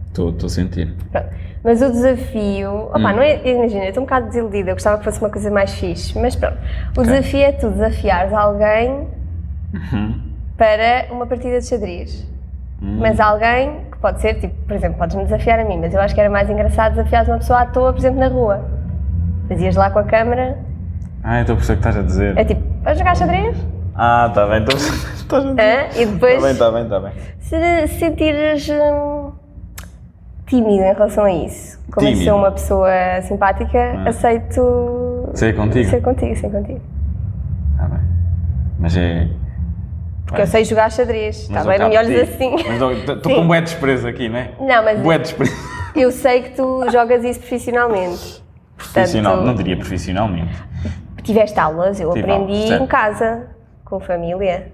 Speaker 1: estou estou a sentir,
Speaker 2: Pronto. Mas o desafio. Opa, não é, imagina, eu estou um bocado desiludida, eu gostava que fosse uma coisa mais fixe, mas pronto. O desafio é tu desafiares alguém para uma partida de xadrez. Mas alguém que pode ser, tipo, por exemplo, podes-me desafiar a mim, mas eu acho que era mais engraçado desafiar uma pessoa à toa, por exemplo, na rua. Fazias lá com a câmara,
Speaker 1: ah, eu estou a perceber o que estás a dizer,
Speaker 2: é tipo, vais jogar xadrez?
Speaker 1: ah, tá bem, estou a perceber o que estás a dizer.
Speaker 2: Hã? E depois.
Speaker 1: Está bem, tá está bem, está bem.
Speaker 2: Se sentires hum, tímido em relação a isso, como
Speaker 1: Tímido.
Speaker 2: eu sou uma pessoa simpática,
Speaker 1: Ah.
Speaker 2: aceito
Speaker 1: Sei contigo.
Speaker 2: ser contigo, ser contigo.
Speaker 1: Está bem. Mas é.
Speaker 2: Porque eu sei jogar xadrez, está
Speaker 1: mas
Speaker 2: Tá
Speaker 1: eu
Speaker 2: bem? Não me
Speaker 1: capo
Speaker 2: olhes
Speaker 1: de ti.
Speaker 2: assim.
Speaker 1: Mas eu- estou com um bué de desprezo aqui, não é?
Speaker 2: Não, mas
Speaker 1: Bué de desprezo.
Speaker 2: eu sei que tu jogas isso profissionalmente.
Speaker 1: Profissional, não diria profissionalmente.
Speaker 2: Tiveste aulas, eu
Speaker 1: Tive
Speaker 2: aprendi
Speaker 1: aulas, certo.
Speaker 2: em casa, com família.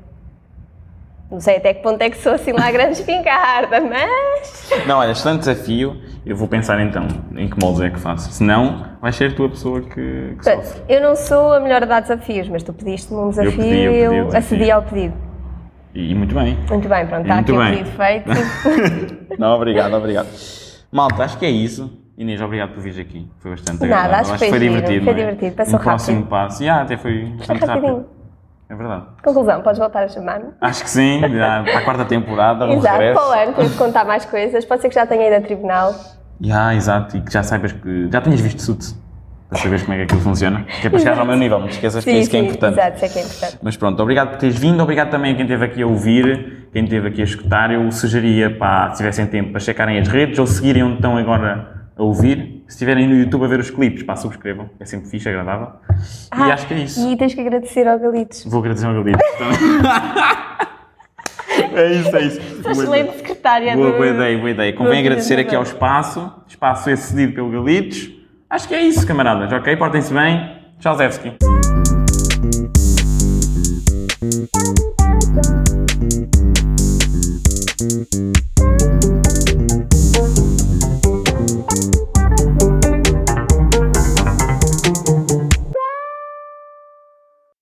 Speaker 2: Não sei até que ponto é que sou assim lá grande espingarda, mas.
Speaker 1: Não, olha, estando desafio, eu vou pensar então em que moldes é que faço. Senão, vais ser tu a pessoa que, que sofre.
Speaker 2: Portanto, eu não sou a melhor a dar desafios, mas tu pediste-me um desafio
Speaker 1: pedi, eu
Speaker 2: e
Speaker 1: pedi o
Speaker 2: eu acedi
Speaker 1: desafio.
Speaker 2: ao pedido.
Speaker 1: E, e muito bem.
Speaker 2: Muito bem, pronto, está
Speaker 1: Muito
Speaker 2: aqui o
Speaker 1: bem.
Speaker 2: pedido feito.
Speaker 1: Não, obrigado, obrigado. Malta, acho que é isso. Inês, obrigado por vires aqui. Foi bastante
Speaker 2: Nada,
Speaker 1: agradável.
Speaker 2: acho que foi giro, foi
Speaker 1: não é?
Speaker 2: divertido, passou
Speaker 1: um próximo
Speaker 2: rápido.
Speaker 1: passo. Já, até foi bastante rápido.
Speaker 2: rapidinho.
Speaker 1: É verdade.
Speaker 2: Conclusão, podes voltar a chamar-me.
Speaker 1: Acho que sim, já para a quarta temporada, um
Speaker 2: Exato, é?
Speaker 1: regresso.
Speaker 2: para o ano, tens de contar mais coisas. Pode ser que já tenha ido a tribunal.
Speaker 1: Já, exato, e que já saibas que. Já tenhas visto tudo para saberes como é que aquilo funciona. Que é para chegar ao meu nível, não te esqueças que é isso que é importante.
Speaker 2: Exato, isso é que é importante.
Speaker 1: Mas pronto, obrigado por teres vindo, obrigado também a quem esteve aqui a ouvir. quem esteve aqui a escutar, eu sugeria, pá, se tivessem tempo, para checarem as redes ou seguirem onde estão agora a ouvir. Se estiverem no YouTube a ver os clipes, pá, subscrevam. É sempre fixe, agradável. e
Speaker 2: Ah,
Speaker 1: acho que é isso.
Speaker 2: E tens que agradecer ao Galitos.
Speaker 1: Vou agradecer ao Galito. é isso, é isso.
Speaker 2: Sou excelente secretária
Speaker 1: Boa,
Speaker 2: do-
Speaker 1: boa ideia, boa ideia. Convém
Speaker 2: do
Speaker 1: agradecer aqui ao
Speaker 2: apresentador.
Speaker 1: espaço. Espaço é cedido pelo Galitos. Acho que é isso, camaradas. Ok? Portem-se bem. Tchau, Zevski.